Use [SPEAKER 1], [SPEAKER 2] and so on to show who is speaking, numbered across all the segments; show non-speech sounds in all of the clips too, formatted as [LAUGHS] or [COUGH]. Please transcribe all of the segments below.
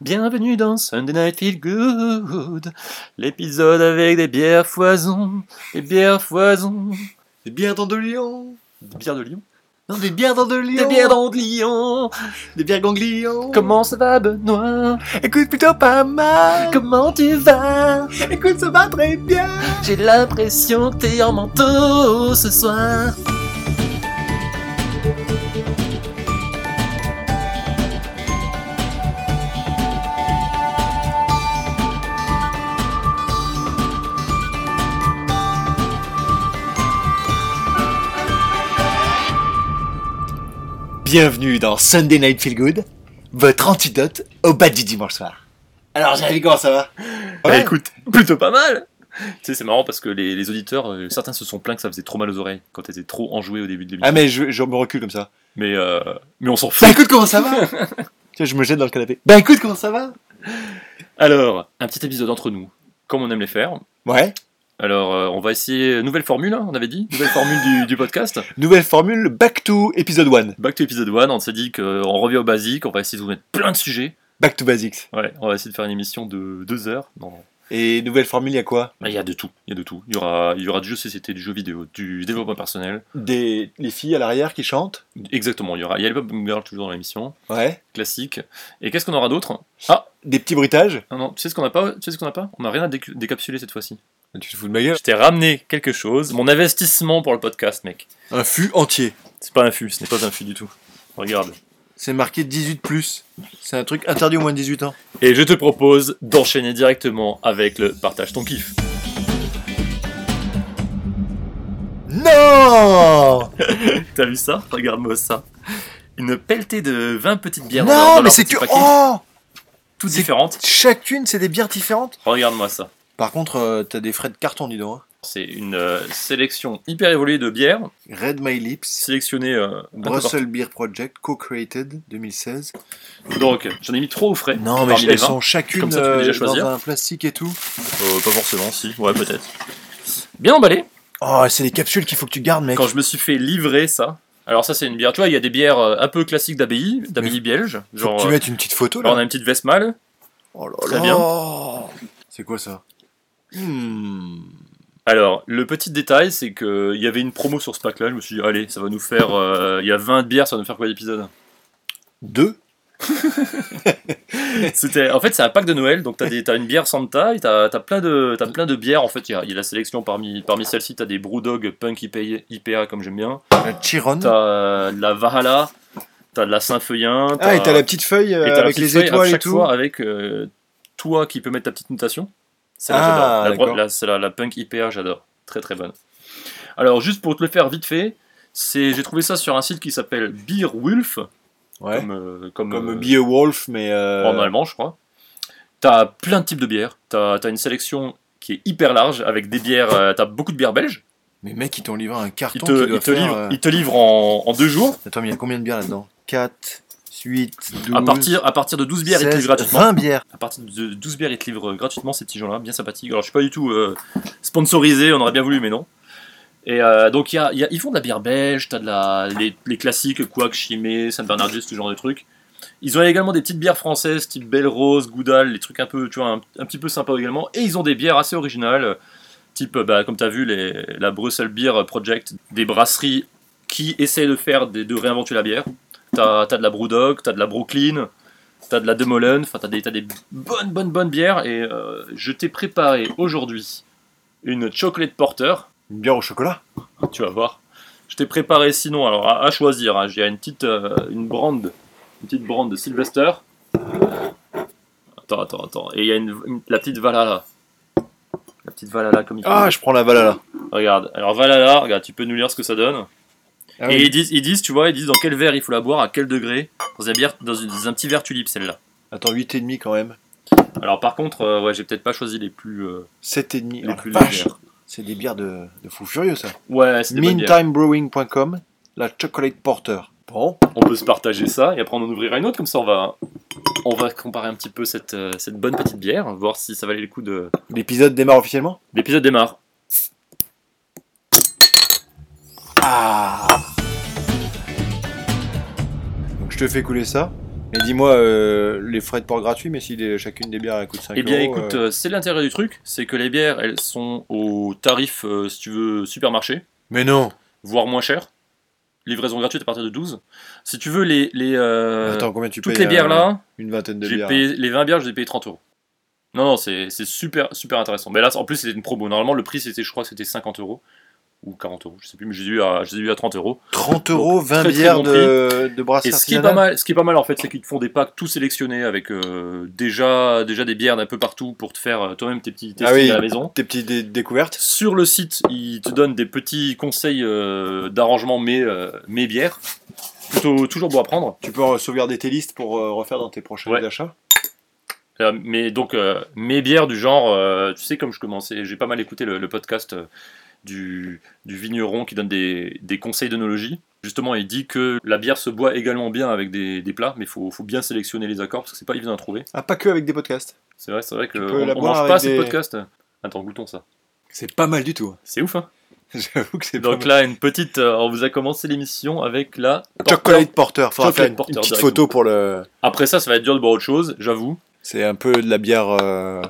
[SPEAKER 1] Bienvenue dans Sunday Night Feel Good, l'épisode avec des bières foison, des bières foison,
[SPEAKER 2] Des bières dans de Lyon
[SPEAKER 1] des bières de Lyon,
[SPEAKER 2] Non, des bières dans de Lyon
[SPEAKER 1] des bières dans de Lyon.
[SPEAKER 2] Des bières ganglions
[SPEAKER 1] Comment ça va Benoît
[SPEAKER 2] Écoute, plutôt pas mal
[SPEAKER 1] Comment tu vas
[SPEAKER 2] Écoute, ça va très bien
[SPEAKER 1] J'ai l'impression que t'es en manteau ce soir.
[SPEAKER 2] Bienvenue dans Sunday Night Feel Good, votre antidote au bas du dimanche soir. Alors, Jérémy, comment ça va
[SPEAKER 1] Bah, écoute, plutôt pas mal. Tu sais, c'est marrant parce que les, les auditeurs, euh, certains se sont plaints que ça faisait trop mal aux oreilles quand t'étais trop enjoué au début de l'émission.
[SPEAKER 2] Ah, mais je, je me recule comme ça.
[SPEAKER 1] Mais, euh, mais on s'en fout.
[SPEAKER 2] Bah, écoute, comment ça va [LAUGHS] Tiens, je me jette dans le canapé. Bah, écoute, comment ça va
[SPEAKER 1] Alors, un petit épisode entre nous, comme on aime les faire.
[SPEAKER 2] Ouais.
[SPEAKER 1] Alors, euh, on va essayer nouvelle formule, hein, on avait dit, nouvelle formule du, du podcast.
[SPEAKER 2] Nouvelle formule, back to épisode 1.
[SPEAKER 1] Back to épisode 1, on s'est dit qu'on revient au basique, on va essayer de vous mettre plein de sujets.
[SPEAKER 2] Back to basics.
[SPEAKER 1] Ouais, on va essayer de faire une émission de deux heures. Non, non.
[SPEAKER 2] Et nouvelle formule, il y a quoi
[SPEAKER 1] Mais Ah, Il y a de tout, il y a de tout. Il y aura, il y aura du jeu de société, du jeu vidéo, du développement personnel.
[SPEAKER 2] Des les filles à l'arrière qui chantent
[SPEAKER 1] Exactement, il y aura. Il y a les Pop Girls toujours dans l'émission,
[SPEAKER 2] Ouais.
[SPEAKER 1] classique. Et qu'est-ce qu'on aura d'autre
[SPEAKER 2] Des petits bruitages
[SPEAKER 1] Non, non, tu sais ce qu'on n'a pas Tu sais ce qu'on n'a pas On n'a rien à décu- décapsuler cette fois-ci.
[SPEAKER 2] Tu te fous de ma gueule
[SPEAKER 1] Je t'ai ramené quelque chose, mon investissement pour le podcast, mec.
[SPEAKER 2] Un fût entier.
[SPEAKER 1] C'est pas un fût, ce n'est pas un fût du tout. Regarde.
[SPEAKER 2] C'est marqué 18 plus. C'est un truc interdit au moins de 18 ans.
[SPEAKER 1] Et je te propose d'enchaîner directement avec le partage ton kiff.
[SPEAKER 2] Non
[SPEAKER 1] T'as vu ça Regarde-moi ça. Une pelletée de 20 petites bières dans leur-
[SPEAKER 2] Non,
[SPEAKER 1] dans
[SPEAKER 2] mais
[SPEAKER 1] leur
[SPEAKER 2] c'est
[SPEAKER 1] petit
[SPEAKER 2] que.
[SPEAKER 1] paquet,
[SPEAKER 2] Oh
[SPEAKER 1] toutes
[SPEAKER 2] c'est-
[SPEAKER 1] différentes.
[SPEAKER 2] Chacune, c'est des bières différentes.
[SPEAKER 1] Regarde-moi ça.
[SPEAKER 2] Par contre, euh, t'as des frais de carton, dis donc. hein.
[SPEAKER 1] C'est une euh, sélection hyper évoluée de bières,
[SPEAKER 2] Red My Lips,
[SPEAKER 1] sélectionnées euh, un peu
[SPEAKER 2] Russell Beer Project, co-created 2016.
[SPEAKER 1] partout. Donc, j'en ai mis trois au frais.
[SPEAKER 2] Non, mais
[SPEAKER 1] parmi les
[SPEAKER 2] elles
[SPEAKER 1] vingt.
[SPEAKER 2] sont chacune
[SPEAKER 1] Comme ça, tu peux déjà
[SPEAKER 2] euh,
[SPEAKER 1] choisir.
[SPEAKER 2] dans un plastique et tout.
[SPEAKER 1] Euh, pas forcément, si. Ouais, peut-être. Bien emballé.
[SPEAKER 2] Oh, c'est des capsules qu'il faut que tu gardes, mec.
[SPEAKER 1] Quand je me suis fait livrer ça. Alors, ça, c'est une bière. Tu vois, il y a des bières euh, un peu classiques d'abbaye, d'abbaye belge.
[SPEAKER 2] Faut
[SPEAKER 1] Genre,
[SPEAKER 2] que tu
[SPEAKER 1] euh,
[SPEAKER 2] mettes une petite photo
[SPEAKER 1] alors, on a
[SPEAKER 2] là.
[SPEAKER 1] une petite Westmalle.
[SPEAKER 2] Oh là
[SPEAKER 1] Très
[SPEAKER 2] là.
[SPEAKER 1] bien.
[SPEAKER 2] C'est quoi ça Hmm.
[SPEAKER 1] Alors, le petit détail, c'est qu'il y avait une promo sur ce pack-là. Je me suis dit, allez, ça va nous faire. euh, Il y a 20 bières, ça va nous faire quoi
[SPEAKER 2] [LAUGHS]
[SPEAKER 1] d'épisode
[SPEAKER 2] Deux
[SPEAKER 1] C'était, en fait, c'est un pack de Noël, donc t'as, des, t'as une bière Santa et t'as, t'as plein de, t'as plein de bières. En fait, il y a, il y a la sélection parmi, parmi celles-ci. T'as des Brewdog Punk IPA, IPA, comme j'aime bien.
[SPEAKER 2] La Chiron.
[SPEAKER 1] T'as euh, de la Valhalla, t'as de la Saint-Feuillin.
[SPEAKER 2] Ah, et t'as la petite feuille euh,
[SPEAKER 1] et t'as la
[SPEAKER 2] avec
[SPEAKER 1] petite
[SPEAKER 2] les
[SPEAKER 1] feuille à
[SPEAKER 2] étoiles et
[SPEAKER 1] chaque
[SPEAKER 2] tout.
[SPEAKER 1] fois avec euh, toi qui peux mettre ta petite notation. C'est
[SPEAKER 2] Ah,
[SPEAKER 1] la,
[SPEAKER 2] d'accord.
[SPEAKER 1] la, c'est la, la Punk IPA, j'adore. Très très bonne. Alors, juste pour te le faire vite fait, c'est, j'ai trouvé ça sur un site qui s'appelle Beer Wolf,
[SPEAKER 2] Ouais.
[SPEAKER 1] comme, euh, comme,
[SPEAKER 2] Comme
[SPEAKER 1] euh,
[SPEAKER 2] Be a Wolf, mais. euh,
[SPEAKER 1] en allemand, je crois. T'as plein de types de bières. T'as as une sélection qui est hyper large avec des bières. euh, T'as beaucoup de bières belges.
[SPEAKER 2] Mais mec, ils t'ont livré un carton.
[SPEAKER 1] Ils
[SPEAKER 2] qui
[SPEAKER 1] te,
[SPEAKER 2] doit
[SPEAKER 1] ils te
[SPEAKER 2] faire,
[SPEAKER 1] livrent,
[SPEAKER 2] euh,
[SPEAKER 1] ils te livrent en, en deux jours.
[SPEAKER 2] Attends, mais il y a combien de bières là-dedans 4, 8, 12.
[SPEAKER 1] À partir, à partir de 12 bières, ils te livrent gratuitement.
[SPEAKER 2] 20 bières.
[SPEAKER 1] À partir de 12 bières, ils te livrent gratuitement ces petits gens-là, bien sympathiques. Alors, je suis pas du tout euh, sponsorisé, on aurait bien voulu, mais non. Et euh, donc, il y a- il y a- ils font de la bière belge, t'as de la, les, les classiques, Quack, Chimay, San Bernardus, ce genre de trucs. Ils ont également des petites bières françaises, type Belle Rose, Goudal, les trucs un peu, tu vois, un, un petit peu sympa également. Et ils ont des bières assez originales, euh, type, bah, comme t'as vu, les, la Brussels Beer Project, des brasseries qui essayent de faire, des- de réinventer la bière. T'as as de la Brewdog, t'as de la Brooklyn, T'as de la Demolen, enfin t'as des, t'as des bonnes, bonnes, bonnes bières. Et euh, je t'ai préparé aujourd'hui une chocolate porter.
[SPEAKER 2] Une bière au chocolat
[SPEAKER 1] Tu vas voir. Je t'ai préparé sinon, alors à, à choisir, hein, j'ai une petite, euh, une brand, une petite brand de Sylvester. Attends, attends, attends. Et il y a une, une- la petite Valhalla. La petite Valhalla comme il
[SPEAKER 2] Ah, je prends la Valhalla.
[SPEAKER 1] Regarde. Alors Valhalla, regarde, tu peux nous lire ce que ça donne.
[SPEAKER 2] Ah
[SPEAKER 1] et
[SPEAKER 2] oui.
[SPEAKER 1] ils disent, ils disent, tu vois, ils disent dans quel verre il faut la boire, à quel degré. Dans, un bière, dans, une- dans un petit verre tulipe celle-là.
[SPEAKER 2] Attends, 8,5 quand même.
[SPEAKER 1] Alors par contre, euh, ouais, j'ai peut-être pas choisi les plus. euh,
[SPEAKER 2] 7,5.
[SPEAKER 1] les
[SPEAKER 2] Oh,
[SPEAKER 1] plus
[SPEAKER 2] la vache.
[SPEAKER 1] légères.
[SPEAKER 2] C'est des bières de, de fou furieux, ça.
[SPEAKER 1] Ouais, c'est des bonnes bières.
[SPEAKER 2] Meantimebrewing.com, la chocolate porter. Bon.
[SPEAKER 1] On peut se partager ça et après on en ouvrira une autre comme ça on va on va comparer un petit peu cette, euh, cette bonne petite bière, voir si ça valait le coup de
[SPEAKER 2] L'épisode démarre officiellement
[SPEAKER 1] l'épisode démarre.
[SPEAKER 2] Ah Donc je te fais couler ça. Mais dis-moi, euh, les frais de port gratuits, mais si les- chacune des bières elle coûte 5
[SPEAKER 1] Eh bien,
[SPEAKER 2] euros,
[SPEAKER 1] écoute,
[SPEAKER 2] euh,
[SPEAKER 1] euh, c'est l'intérêt du truc, c'est que les bières, elles sont au tarif, euh, si tu veux, supermarché,
[SPEAKER 2] Mais non
[SPEAKER 1] voire moins cher. Livraison gratuite à partir de 12. Si tu veux, les, les, euh,
[SPEAKER 2] Attends, combien tu
[SPEAKER 1] toutes
[SPEAKER 2] payes,
[SPEAKER 1] les bières
[SPEAKER 2] euh,
[SPEAKER 1] là,
[SPEAKER 2] Une vingtaine de
[SPEAKER 1] j'ai
[SPEAKER 2] bières.
[SPEAKER 1] payé, les 20 bières, je les ai payées 30 euros. Non, non, c'est c'est super, super intéressant. Mais là, en plus, c'était une promo. Normalement, le prix, c'était, je crois que c'était 50 euros ou 40 euros, je sais plus, mais j'ai eu à, j'ai eu à 30 euros.
[SPEAKER 2] 30 euros, 20
[SPEAKER 1] très, très
[SPEAKER 2] bières
[SPEAKER 1] bon
[SPEAKER 2] de, de
[SPEAKER 1] Et
[SPEAKER 2] brasserie
[SPEAKER 1] ce qui est pas mal, ce qui est pas mal en fait, c'est qu'ils te font des packs tout sélectionnés avec euh, déjà, déjà des bières d'un peu partout pour te faire euh, toi-même tes petits
[SPEAKER 2] Ah
[SPEAKER 1] testings
[SPEAKER 2] oui.
[SPEAKER 1] à la maison.
[SPEAKER 2] Tes petites dé- découvertes
[SPEAKER 1] Sur le site, ils te donnent des petits conseils euh, d'arrangement mais euh, mais bières. Plutôt toujours bon à prendre.
[SPEAKER 2] Tu peux euh, sauvegarder tes listes pour euh, refaire dans tes prochains
[SPEAKER 1] Ouais.
[SPEAKER 2] achats
[SPEAKER 1] Euh, mais donc euh, mes bières du genre, euh, tu sais comme je commençais, j'ai pas mal écouté le, le podcast euh, du, du vigneron qui donne des, des conseils d'onologie. Justement, il dit que la bière se boit également bien avec des, des plats, mais faut, faut bien sélectionner les accords parce que c'est pas évident à trouver.
[SPEAKER 2] Ah, pas que avec des podcasts.
[SPEAKER 1] C'est vrai, c'est vrai que
[SPEAKER 2] Tu peux
[SPEAKER 1] on,
[SPEAKER 2] la
[SPEAKER 1] on
[SPEAKER 2] boire
[SPEAKER 1] mange pas
[SPEAKER 2] avec
[SPEAKER 1] ces
[SPEAKER 2] des-
[SPEAKER 1] podcasts. Attends, goûtons ça.
[SPEAKER 2] C'est pas mal du tout.
[SPEAKER 1] C'est ouf, hein
[SPEAKER 2] [LAUGHS] J'avoue que c'est pas
[SPEAKER 1] Donc
[SPEAKER 2] mal.
[SPEAKER 1] là, une petite, euh, on vous a commencé l'émission avec la
[SPEAKER 2] Chocolate Porter, faudra
[SPEAKER 1] Chocolate
[SPEAKER 2] faire une,
[SPEAKER 1] Porter,
[SPEAKER 2] une petite
[SPEAKER 1] directement.
[SPEAKER 2] photo pour le.
[SPEAKER 1] Après ça, ça va être dur de boire autre chose, j'avoue.
[SPEAKER 2] C'est un peu de la bière euh,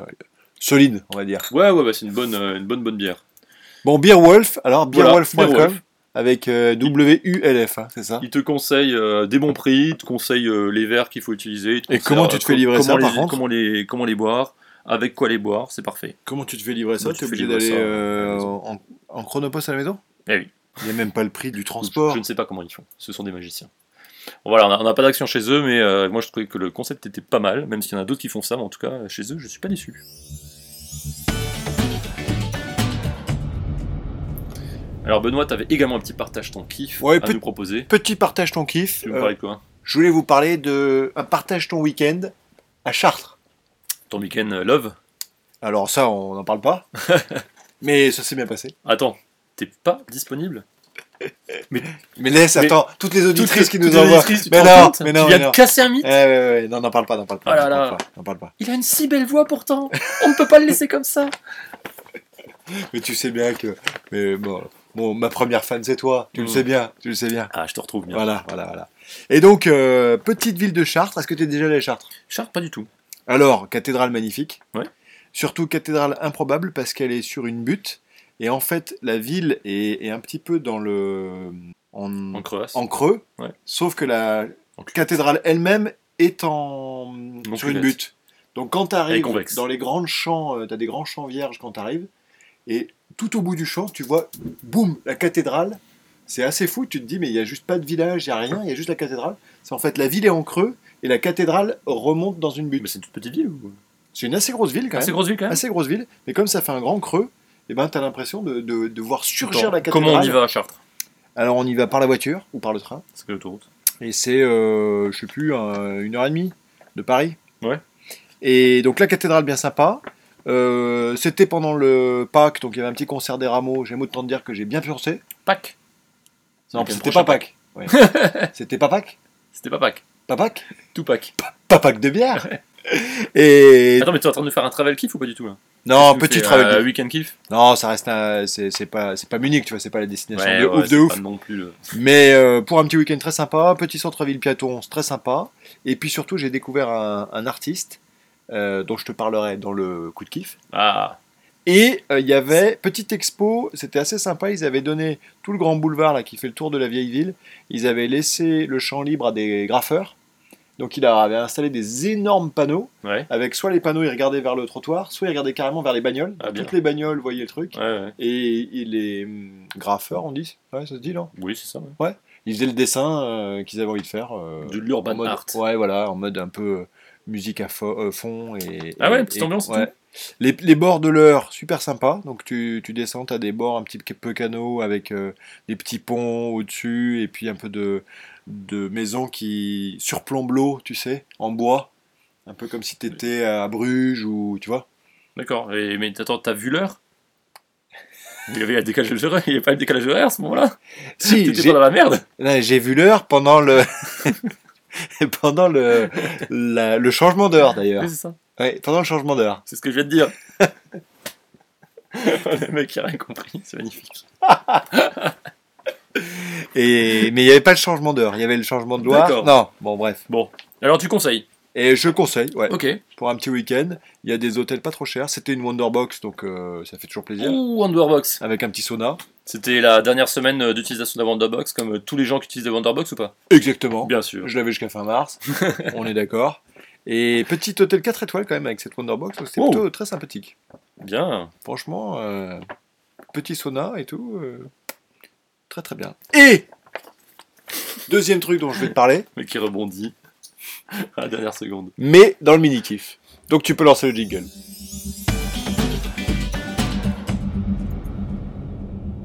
[SPEAKER 2] solide, on va dire.
[SPEAKER 1] Ouais, ouais, ouais, c'est une bonne, euh, une bonne, bonne bière.
[SPEAKER 2] Bon, Beer Wolf, alors
[SPEAKER 1] Voilà,
[SPEAKER 2] beerwolf.com
[SPEAKER 1] Beer Wolf.
[SPEAKER 2] avec euh, W-U-L-F, hein, c'est ça
[SPEAKER 1] Ils Ah. te conseillent euh, des bons prix, ils te conseillent euh, les verres qu'il faut utiliser. ils te
[SPEAKER 2] Et
[SPEAKER 1] conseillent,
[SPEAKER 2] comment tu te fais livrer
[SPEAKER 1] comment
[SPEAKER 2] ça,
[SPEAKER 1] les-
[SPEAKER 2] par contre
[SPEAKER 1] comment les, comment les boire, avec quoi les boire, c'est parfait.
[SPEAKER 2] Comment tu te fais livrer
[SPEAKER 1] Moi,
[SPEAKER 2] T'es
[SPEAKER 1] tu te fais
[SPEAKER 2] obligé
[SPEAKER 1] livrer
[SPEAKER 2] d'aller
[SPEAKER 1] ça,
[SPEAKER 2] euh,
[SPEAKER 1] à la maison.
[SPEAKER 2] en, en chronopost à la maison
[SPEAKER 1] Eh oui.
[SPEAKER 2] Il n'y a même pas le prix du
[SPEAKER 1] Je-
[SPEAKER 2] transport.
[SPEAKER 1] Je, ne sais pas comment ils font, ce sont des magiciens. Bon, voilà, on a- on n'a pas d'action chez eux, mais euh, moi je trouvais que le concept était pas mal, même s'il y en a d'autres qui font ça, mais en tout cas, chez eux, je suis pas déçu. Alors Benoît, t'avais également un petit partage ton kiff
[SPEAKER 2] Ouais,
[SPEAKER 1] à
[SPEAKER 2] peut-
[SPEAKER 1] nous proposer.
[SPEAKER 2] Petit partage ton kiff.
[SPEAKER 1] Tu veux
[SPEAKER 2] euh,
[SPEAKER 1] me parler de quoi
[SPEAKER 2] je voulais vous parler de un partage ton week-end à Chartres.
[SPEAKER 1] Ton week-end euh, love
[SPEAKER 2] Alors ça, on n'en
[SPEAKER 1] [LAUGHS]
[SPEAKER 2] parle pas. Mais ça s'est bien passé.
[SPEAKER 1] Attends, t'es pas disponible
[SPEAKER 2] Mais laisse,
[SPEAKER 1] Mais-
[SPEAKER 2] attends, toutes les auditrices qui
[SPEAKER 1] Toutes
[SPEAKER 2] nous
[SPEAKER 1] les
[SPEAKER 2] envoient.
[SPEAKER 1] auditrices, tu te
[SPEAKER 2] Mais
[SPEAKER 1] rends
[SPEAKER 2] non,
[SPEAKER 1] compte
[SPEAKER 2] mais non,
[SPEAKER 1] Tu
[SPEAKER 2] mais
[SPEAKER 1] viens
[SPEAKER 2] non.
[SPEAKER 1] de casser un mythe
[SPEAKER 2] Eh, ouais, ouais, ouais, non, n'en parle pas, n'en parle pas.
[SPEAKER 1] Oh là
[SPEAKER 2] n'en parle
[SPEAKER 1] là.
[SPEAKER 2] pas, n'en parle pas.
[SPEAKER 1] Il a une si belle voix pourtant On ne peut pas le laisser comme ça
[SPEAKER 2] Mais tu sais bien que. Mais bon, bon, ma première fan, c'est toi. Tu le
[SPEAKER 1] Mm.
[SPEAKER 2] sais bien. Tu le sais bien.
[SPEAKER 1] Ah, je te retrouve bien.
[SPEAKER 2] Voilà, voilà, voilà. Et donc, euh, petite ville de Chartres. Est-ce que tu es déjà allé à Chartres
[SPEAKER 1] Charles, pas du tout.
[SPEAKER 2] Alors, cathédrale magnifique.
[SPEAKER 1] Ouais.
[SPEAKER 2] Surtout cathédrale improbable parce qu'elle est sur une butte. Et en fait, la ville est, est un petit peu dans le. En,
[SPEAKER 1] En crevasse.
[SPEAKER 2] en creux.
[SPEAKER 1] Ouais.
[SPEAKER 2] Sauf que la
[SPEAKER 1] En cul.
[SPEAKER 2] cathédrale elle-même est en. sur une
[SPEAKER 1] cuvette.
[SPEAKER 2] butte. Donc, quand tu
[SPEAKER 1] Elle est
[SPEAKER 2] arrives
[SPEAKER 1] convexe.
[SPEAKER 2] dans les grands champs, tu as des grands champs vierges quand tu arrives. Et tout au bout du champ, tu vois, boum, la cathédrale. C'est assez fou. Tu te dis, mais il n'y a juste pas de village, il n'y a rien, il y a juste la cathédrale. C'est en fait la ville est en creux et la cathédrale remonte dans une butte.
[SPEAKER 1] Mais c'est une toute petite ville ou
[SPEAKER 2] Ah, C'est une assez grosse ville quand
[SPEAKER 1] Assez hein.
[SPEAKER 2] même.
[SPEAKER 1] grosse ville quand même Ah,
[SPEAKER 2] Assez grosse ville, mais comme ça fait un grand creux, et ben t'as l'impression de, de- de voir surgir
[SPEAKER 1] Attends,
[SPEAKER 2] la cathédrale.
[SPEAKER 1] Comment on y va à Chartres
[SPEAKER 2] Alors on y va par la voiture ou par le train,
[SPEAKER 1] C'est que l'autoroute.
[SPEAKER 2] et c'est, euh, je sais plus, un- une heure et demie de Paris.
[SPEAKER 1] Ouais.
[SPEAKER 2] Et donc la cathédrale bien sympa. Euh, C'était pendant le Pâques, donc il y avait un petit concert des rameaux. J'aime autant te dire que j'ai bien pioncé.
[SPEAKER 1] Pâques
[SPEAKER 2] Non,
[SPEAKER 1] le
[SPEAKER 2] c'était
[SPEAKER 1] prochain
[SPEAKER 2] pas Pâques. Ouais. [LAUGHS] c'était pas Pâques
[SPEAKER 1] C'était pas Pâques.
[SPEAKER 2] Pas Pâques
[SPEAKER 1] Tout Pâques.
[SPEAKER 2] Pas Pâques de bière Et
[SPEAKER 1] Attends, mais t'es en train de nous faire un travel kiff ou pas du tout là
[SPEAKER 2] non,
[SPEAKER 1] Tu
[SPEAKER 2] petit
[SPEAKER 1] fais,
[SPEAKER 2] travail.
[SPEAKER 1] euh, week-end kiff
[SPEAKER 2] Non, ça reste un- c'est c'est pas c'est pas Munich, tu vois, c'est pas la destination de ouf
[SPEAKER 1] c'est
[SPEAKER 2] de ouf.
[SPEAKER 1] pas non plus le-
[SPEAKER 2] Mais euh, pour un petit week-end très sympa, petit centre-ville piéton, c'est très sympa. Et puis surtout, j'ai découvert un, un artiste euh, dont je te parlerai dans le coup de kiff.
[SPEAKER 1] Ah,
[SPEAKER 2] Et euh, il y avait petite expo, c'était assez sympa. Ils avaient donné tout le grand boulevard là qui fait le tour de la vieille ville. Ils avaient laissé le champ libre à des graffeurs. Donc il leur avait installé des énormes panneaux
[SPEAKER 1] ouais.
[SPEAKER 2] avec soit les panneaux ils regardaient vers le trottoir, soit ils regardaient carrément vers les bagnoles.
[SPEAKER 1] Ah, bien.
[SPEAKER 2] Toutes les bagnoles voyaient le truc.
[SPEAKER 1] Ouais, ouais.
[SPEAKER 2] Et il les hum, graffeurs, on dit Ouais, ça se dit, non
[SPEAKER 1] Oui, c'est ça. ouais.
[SPEAKER 2] Ils faisaient le dessin euh, qu'ils avaient envie de faire. euh,
[SPEAKER 1] De
[SPEAKER 2] en
[SPEAKER 1] l'urban
[SPEAKER 2] mode-
[SPEAKER 1] art.
[SPEAKER 2] Ouais, voilà, en mode un peu euh, musique à fo- euh, fond. Et,
[SPEAKER 1] Ah
[SPEAKER 2] et-
[SPEAKER 1] ouais, petite
[SPEAKER 2] et-
[SPEAKER 1] ambiance et tout.
[SPEAKER 2] Les, les bords de l'heure, super sympa. Donc tu, tu descends, t'as des bords un petit peu canaux avec euh, des petits ponts au-dessus et puis un peu de, de maisons qui surplombent l'eau, tu sais, en bois. Un peu comme si t'étais à Bruges ou
[SPEAKER 1] [LAUGHS]
[SPEAKER 2] tu vois.
[SPEAKER 1] D'accord. Et- Mais attends, t'as vu l'heure il y avait un décalage horaire, il n'y avait pas le décalage horaire à ce moment-là
[SPEAKER 2] Si,
[SPEAKER 1] T'étais
[SPEAKER 2] j'ai-
[SPEAKER 1] pas dans la merde
[SPEAKER 2] Là, j'ai vu l'heure pendant le [LAUGHS] pendant le la- le changement d'heure d'ailleurs.
[SPEAKER 1] Oui, c'est ça.
[SPEAKER 2] Ouais, pendant le changement d'heure.
[SPEAKER 1] C'est ce que je viens de dire. [LAUGHS] le mec il a rien compris, c'est magnifique.
[SPEAKER 2] Et mais il n'y avait pas le changement d'heure, il y avait le changement de loi.
[SPEAKER 1] D'accord.
[SPEAKER 2] Non, bon bref.
[SPEAKER 1] Bon, Alors tu conseilles
[SPEAKER 2] Et je conseille, ouais,
[SPEAKER 1] Ok.
[SPEAKER 2] pour un petit week-end. Il y a des hôtels pas trop chers. C'était une Wonderbox, donc euh, ça fait toujours plaisir.
[SPEAKER 1] Ouh, Wonderbox.
[SPEAKER 2] Avec un petit sauna.
[SPEAKER 1] C'était la dernière semaine euh, d'utilisation de la Wonderbox, comme euh, tous les gens qui utilisent la Wonderbox ou pas
[SPEAKER 2] Exactement.
[SPEAKER 1] Bien sûr.
[SPEAKER 2] Je l'avais jusqu'à fin mars. on est d'accord. Et petit hôtel 4 étoiles quand même avec cette Wonderbox. donc C'était
[SPEAKER 1] Wow.
[SPEAKER 2] plutôt très sympathique.
[SPEAKER 1] Bien.
[SPEAKER 2] Franchement, euh, petit sauna et tout. euh, très très bien. Et Deuxième truc dont je vais te parler,
[SPEAKER 1] Mais qui rebondit [LAUGHS] à la dernière seconde.
[SPEAKER 2] mais dans le mini-kiff. Donc tu peux lancer le jingle.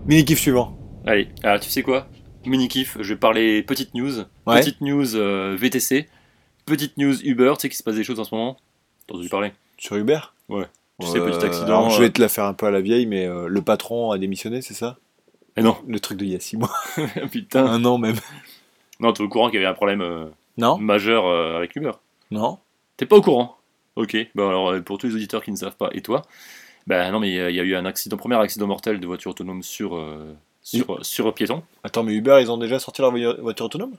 [SPEAKER 2] Mini-kiff suivant.
[SPEAKER 1] Allez, alors tu sais quoi Mini kiff, je vais parler petite news.
[SPEAKER 2] Ouais.
[SPEAKER 1] Petite news euh, VTC. Petite news Uber, tu sais qu'il se passe des choses en ce moment T'as entendu parler
[SPEAKER 2] Sur Uber
[SPEAKER 1] Ouais. Tu sais, petit accident,
[SPEAKER 2] alors, je
[SPEAKER 1] euh,
[SPEAKER 2] vais te la faire un peu à la vieille, mais euh, le patron a démissionné, c'est ça
[SPEAKER 1] Eh non
[SPEAKER 2] Le truc de il y a 6 mois.
[SPEAKER 1] [LAUGHS] Putain
[SPEAKER 2] [LAUGHS] Un an même.
[SPEAKER 1] Non, t'es au courant qu'il y avait un problème euh,
[SPEAKER 2] Non
[SPEAKER 1] majeur euh, avec Uber
[SPEAKER 2] Non
[SPEAKER 1] T'es pas au courant Ok, bah alors euh, pour tous les auditeurs qui ne savent pas, et toi Bah non, mais euh, il y a eu un accident, premier accident mortel de voiture autonome sur, euh, sur, sur piéton.
[SPEAKER 2] Attends, mais Uber, ils ont déjà sorti leur vo- voiture autonome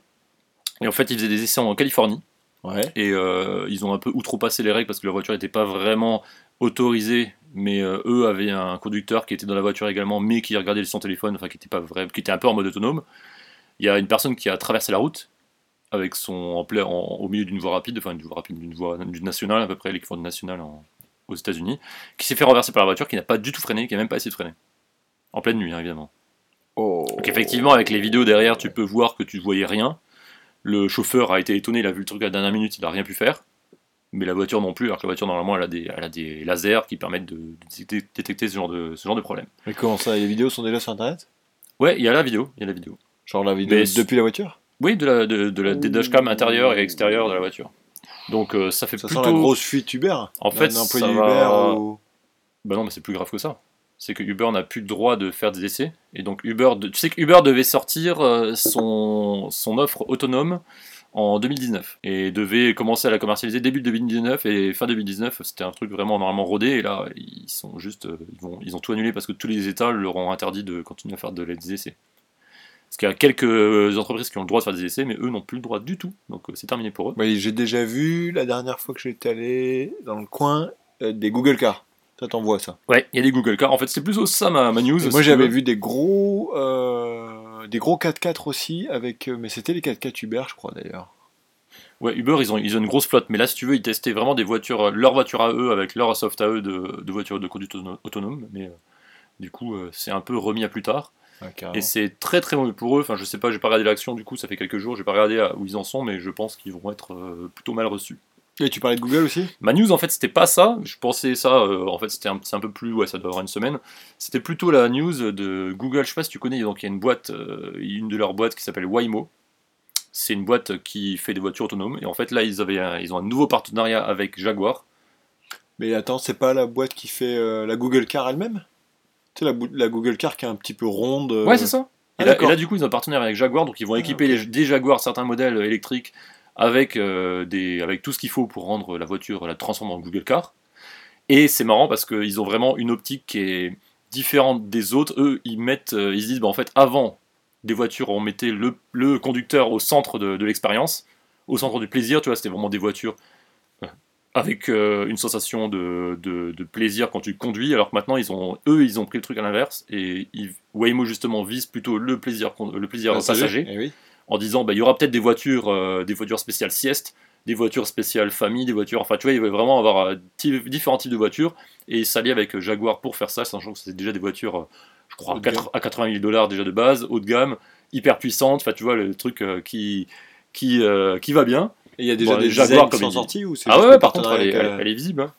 [SPEAKER 1] Et en fait, ils faisaient des essais en Californie.
[SPEAKER 2] Ouais.
[SPEAKER 1] et euh, ils ont un peu outrepassé les règles parce que la voiture n'était pas vraiment autorisée mais euh, eux avaient un conducteur qui était dans la voiture également mais qui regardait son téléphone enfin qui était pas vrai qui était un peu en mode autonome il y a une personne qui a traversé la route avec son en plein- en- au milieu d'une voie rapide enfin d'une voie rapide d'une voie d'une nationale à peu près l'équivalent de nationale en- aux États-Unis qui s'est fait renverser par la voiture qui n'a pas du tout freiné qui n'a même pas essayé de freiner en pleine nuit hein, évidemment
[SPEAKER 2] Oh.
[SPEAKER 1] donc effectivement, avec les vidéos derrière, tu peux voir que tu voyais rien. Le chauffeur a été étonné, il a vu le truc à la dernière minute, il n'a rien pu faire. Mais la voiture non plus, alors que la voiture normalement elle a des, elle a des lasers qui permettent de, de détecter- détecter ce genre de, ce genre de problème.
[SPEAKER 2] Mais comment ça Les vidéos sont déjà sur internet
[SPEAKER 1] Ouais, il y a la vidéo, il y a la vidéo.
[SPEAKER 2] Genre la vidéo
[SPEAKER 1] Mais-
[SPEAKER 2] depuis la voiture
[SPEAKER 1] Oui, de la, de, de la, des dashcams intérieures et extérieures de la voiture. Donc euh, ça fait
[SPEAKER 2] Ça
[SPEAKER 1] plutôt...
[SPEAKER 2] sent la grosse fuite Uber.
[SPEAKER 1] En fait,
[SPEAKER 2] d'un employé
[SPEAKER 1] ça
[SPEAKER 2] Uber euh,
[SPEAKER 1] va-
[SPEAKER 2] ou-
[SPEAKER 1] Bah non, mais c'est plus grave que ça. C'est que Uber n'a plus le droit de faire des essais. Et donc Uber, de- tu sais que Uber devait sortir euh, son, son offre autonome en 2019 et devait commencer à la commercialiser début 2019 et fin 2019. C'était un truc vraiment normalement rodé et là ils sont juste, euh, ils, vont, ils ont tout annulé parce que tous les États leur ont interdit de continuer à faire de, des essais. Parce qu'il y a quelques euh, entreprises qui ont le droit de faire des essais, mais eux n'ont plus le droit du tout. Donc euh, c'est terminé pour eux.
[SPEAKER 2] Ouais, j'ai déjà vu la dernière fois que j'étais allé dans le coin euh, des Google Cars. Ça t'envoie ça.
[SPEAKER 1] Ouais, il y a des Google Cars. En fait, c'est plus ça ma, ma news.
[SPEAKER 2] Et
[SPEAKER 1] si
[SPEAKER 2] moi
[SPEAKER 1] tu
[SPEAKER 2] j'avais
[SPEAKER 1] veux.
[SPEAKER 2] vu des gros euh, des gros 4x4 aussi avec euh, mais c'était les 4x4 Uber je crois d'ailleurs.
[SPEAKER 1] Ouais, Uber, ils ont, ils ont une grosse flotte, mais là, si tu veux, ils testaient vraiment des voitures, euh, leur voiture à eux, avec leur soft à eux de, de voitures de conduite auto- autonome, mais euh, du coup, euh, c'est un peu remis à plus tard.
[SPEAKER 2] Ah, carrément.
[SPEAKER 1] Et c'est très très mauvais pour eux, enfin, je sais pas, j'ai pas regardé l'action, du coup, ça fait quelques jours, j'ai pas regardé euh, où ils en sont, mais je pense qu'ils vont être euh, plutôt mal reçus.
[SPEAKER 2] Et tu parlais de Google aussi
[SPEAKER 1] Ma news, en fait, c'était pas ça. Je pensais ça, euh, en fait, c'était un, c'est un peu plus, ouais, ça doit avoir une semaine. C'était plutôt la news de Google, je sais pas si tu connais, donc il y a une boîte, euh, une de leurs boîtes qui s'appelle Waymo. C'est une boîte qui fait des voitures autonomes. Et en fait, là, ils, avaient un- ils ont un nouveau partenariat avec Jaguar.
[SPEAKER 2] Mais attends, c'est pas la boîte qui fait euh, la Google Car elle-même Tu sais la, bou- la Google Car qui est un petit peu ronde. euh,
[SPEAKER 1] Ouais, c'est ça.
[SPEAKER 2] ah,
[SPEAKER 1] Et là,
[SPEAKER 2] d'accord.
[SPEAKER 1] et là, du coup, ils ont un partenariat avec Jaguar, donc ils vont
[SPEAKER 2] Ah,
[SPEAKER 1] équiper les- des Jaguars, certains modèles électriques, avec, euh, des, avec tout ce qu'il faut pour rendre la voiture, la transformer en Google Car. Et c'est marrant parce qu'ils ont vraiment une optique qui est différente des autres. Eux, ils mettent, euh, ils se disent, bah, en fait, avant des voitures, on mettait le, le conducteur au centre de, de l'expérience, au centre du plaisir, tu vois, c'était vraiment des voitures euh, avec euh, une sensation de, de- de plaisir quand tu conduis, alors que maintenant, ils ont, eux, ils ont pris le truc à l'inverse, et ils- Waymo, justement, vise plutôt le plaisir, con- le plaisir passager
[SPEAKER 2] Eh oui.
[SPEAKER 1] en disant bah, il y aura peut-être des voitures euh, des voitures spéciales sieste des voitures spéciales famille des voitures enfin tu vois il va vraiment avoir euh, ti- différents types de voitures et il s'allie avec euh, Jaguar pour faire ça sachant que c'est déjà des voitures euh, je crois
[SPEAKER 2] Haut
[SPEAKER 1] à,
[SPEAKER 2] de gamme.
[SPEAKER 1] 80 à 80 000 dollars déjà de base haut de gamme hyper puissante enfin tu vois le truc euh, qui qui euh, qui va bien
[SPEAKER 2] Et il y a déjà
[SPEAKER 1] Bon,
[SPEAKER 2] des
[SPEAKER 1] Jaguar,
[SPEAKER 2] Jaguar
[SPEAKER 1] comme
[SPEAKER 2] qui sont
[SPEAKER 1] il dit.
[SPEAKER 2] sortis ou c'est
[SPEAKER 1] ah
[SPEAKER 2] juste
[SPEAKER 1] ouais,
[SPEAKER 2] le
[SPEAKER 1] ouais, par contre elle est,
[SPEAKER 2] partenariat avec,
[SPEAKER 1] elle-
[SPEAKER 2] euh,
[SPEAKER 1] elle est visible hein.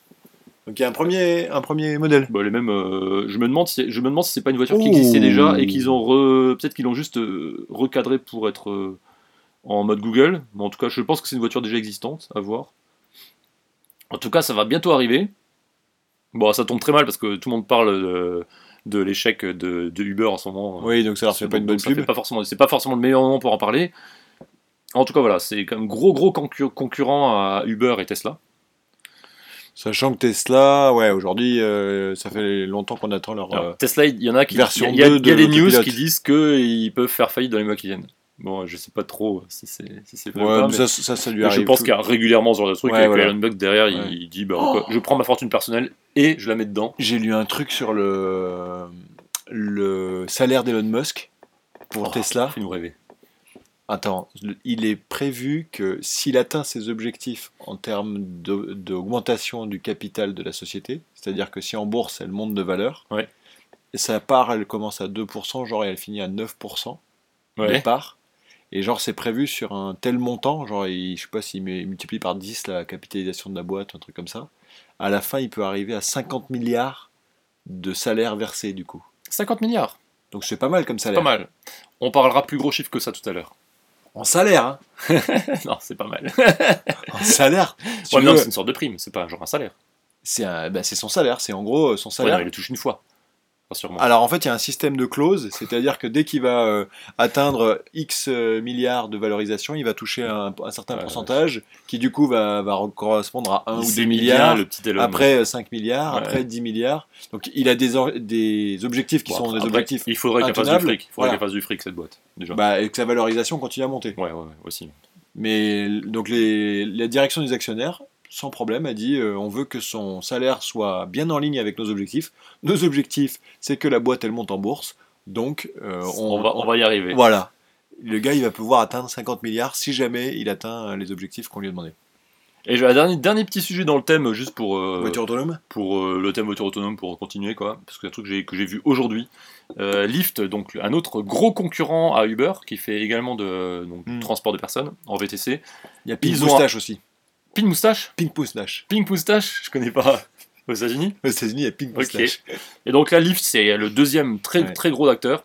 [SPEAKER 2] Donc il y a un premier un premier modèle.
[SPEAKER 1] Bah, les mêmes, euh, je me demande si je me demande si c'est pas une voiture qui
[SPEAKER 2] Ouh.
[SPEAKER 1] existait déjà et qu'ils ont re- peut-être qu'ils l'ont juste euh, recadré pour être euh, en mode Google. Mais en tout cas, je pense que c'est une voiture déjà existante, à voir. En tout cas, ça va bientôt arriver. Bon, ça tombe très mal parce que tout le monde parle euh, de, l'échec de, de Uber en ce moment.
[SPEAKER 2] Oui, donc ça leur fait pas une bonne
[SPEAKER 1] Donc, ça fait
[SPEAKER 2] pub.
[SPEAKER 1] pas forcément, c'est pas forcément le meilleur moment pour en parler. En tout cas, voilà, c'est comme gros gros concur- concurrent à Uber et Tesla.
[SPEAKER 2] Sachant que Tesla, ouais, aujourd'hui, euh, ça fait longtemps qu'on attend leur.
[SPEAKER 1] Alors,
[SPEAKER 2] euh,
[SPEAKER 1] Tesla, il y en a qui.
[SPEAKER 2] version
[SPEAKER 1] il y a, il y a
[SPEAKER 2] 2 de
[SPEAKER 1] des news
[SPEAKER 2] l'autopilote.
[SPEAKER 1] qui disent qu'ils peuvent faire faillite dans les mois qui viennent. Bon, je sais pas trop si c'est si c'est vrai
[SPEAKER 2] Ouais,
[SPEAKER 1] ou pas,
[SPEAKER 2] mais
[SPEAKER 1] mais
[SPEAKER 2] ça, ça, ça lui
[SPEAKER 1] je
[SPEAKER 2] arrive.
[SPEAKER 1] pense
[SPEAKER 2] tout-
[SPEAKER 1] qu'il y a régulièrement ce genre de truc
[SPEAKER 2] Ouais,
[SPEAKER 1] avec
[SPEAKER 2] voilà.
[SPEAKER 1] Elon Musk derrière, il-
[SPEAKER 2] Ouais.
[SPEAKER 1] il dit bah, quoi, je prends ma fortune personnelle et je la mets dedans.
[SPEAKER 2] J'ai lu un truc sur le, le salaire d'Elon Musk pour
[SPEAKER 1] Oh.
[SPEAKER 2] Tesla.
[SPEAKER 1] Fais-nous rêver.
[SPEAKER 2] Attends, le- il est prévu que s'il atteint ses objectifs en termes d'au- d'augmentation du capital de la société, c'est-à-dire que si en bourse elle monte de valeur,
[SPEAKER 1] Ouais.
[SPEAKER 2] et sa part elle commence à 2%, genre et elle finit à 9% de
[SPEAKER 1] Ouais.
[SPEAKER 2] part, et genre c'est prévu sur un tel montant, genre il- je sais pas s'il mu- multiplie par 10 la capitalisation de la boîte, un truc comme ça, à la fin il peut arriver à 50 milliards de salaires versés du coup.
[SPEAKER 1] 50 milliards,
[SPEAKER 2] Donc c'est pas mal comme
[SPEAKER 1] c'est
[SPEAKER 2] salaire.
[SPEAKER 1] pas mal. On parlera plus gros chiffre que ça tout à l'heure.
[SPEAKER 2] En salaire, hein
[SPEAKER 1] [LAUGHS] non, c'est pas mal. [LAUGHS]
[SPEAKER 2] En salaire Si
[SPEAKER 1] Ouais,
[SPEAKER 2] tu
[SPEAKER 1] mais non,
[SPEAKER 2] veux,
[SPEAKER 1] c'est une sorte de prime, c'est pas genre un salaire.
[SPEAKER 2] C'est un- bah, c'est son salaire, c'est en gros euh, son
[SPEAKER 1] Ouais,
[SPEAKER 2] salaire. Ah,
[SPEAKER 1] non, il le touche une fois. Enfin, sûrement.
[SPEAKER 2] Alors en fait, il y a un système de clause, c'est-à-dire que dès qu'il va euh, atteindre X euh, milliards de valorisation, il va toucher un, un certain
[SPEAKER 1] Ouais,
[SPEAKER 2] pourcentage qui du coup va, va correspondre à 1 ou 2
[SPEAKER 1] C'est bien,
[SPEAKER 2] milliards,
[SPEAKER 1] le petit Elon.
[SPEAKER 2] après euh, 5 milliards,
[SPEAKER 1] Ouais.
[SPEAKER 2] après 10 milliards. Donc il a des, or- des objectifs qui
[SPEAKER 1] Bon,
[SPEAKER 2] sont
[SPEAKER 1] après,
[SPEAKER 2] des objectifs.
[SPEAKER 1] Il faudrait qu'elle fasse du
[SPEAKER 2] intenables.
[SPEAKER 1] fric. Il faudrait
[SPEAKER 2] Voilà.
[SPEAKER 1] qu'elle fasse du fric cette boîte. Déjà.
[SPEAKER 2] Bah, et que sa valorisation continue à monter.
[SPEAKER 1] Ouais, ouais, ouais, aussi.
[SPEAKER 2] Mais donc les, la direction des actionnaires, sans problème, a dit euh, on veut que son salaire soit bien en ligne avec nos objectifs. Nos objectifs, c'est que la boîte elle monte en bourse, donc euh,
[SPEAKER 1] on, va, on va y arriver.
[SPEAKER 2] voilà. Le gars, il va pouvoir atteindre 50 milliards si jamais il atteint euh, les objectifs qu'on lui a demandé.
[SPEAKER 1] Et j'ai un dernier, dernier petit sujet dans le thème, juste pour, euh,
[SPEAKER 2] Voiture autonome
[SPEAKER 1] pour euh, le thème voiture autonome, pour continuer, quoi. Parce que c'est un truc que j'ai- que j'ai vu aujourd'hui. Euh, Lyft, donc un autre gros concurrent à Uber, qui fait également de, donc, du
[SPEAKER 2] Mm.
[SPEAKER 1] transport de personnes en VTC.
[SPEAKER 2] Il y a Pink
[SPEAKER 1] Ils ont
[SPEAKER 2] Moustache aussi.
[SPEAKER 1] Pink Moustache
[SPEAKER 2] Pink Moustache.
[SPEAKER 1] Pink Moustache Je connais pas. [LAUGHS] Aux États-Unis
[SPEAKER 2] Aux États-Unis, il y a Pink
[SPEAKER 1] Ok.
[SPEAKER 2] Moustache.
[SPEAKER 1] Et donc là, Lyft, c'est le deuxième très,
[SPEAKER 2] Ouais.
[SPEAKER 1] très gros acteur.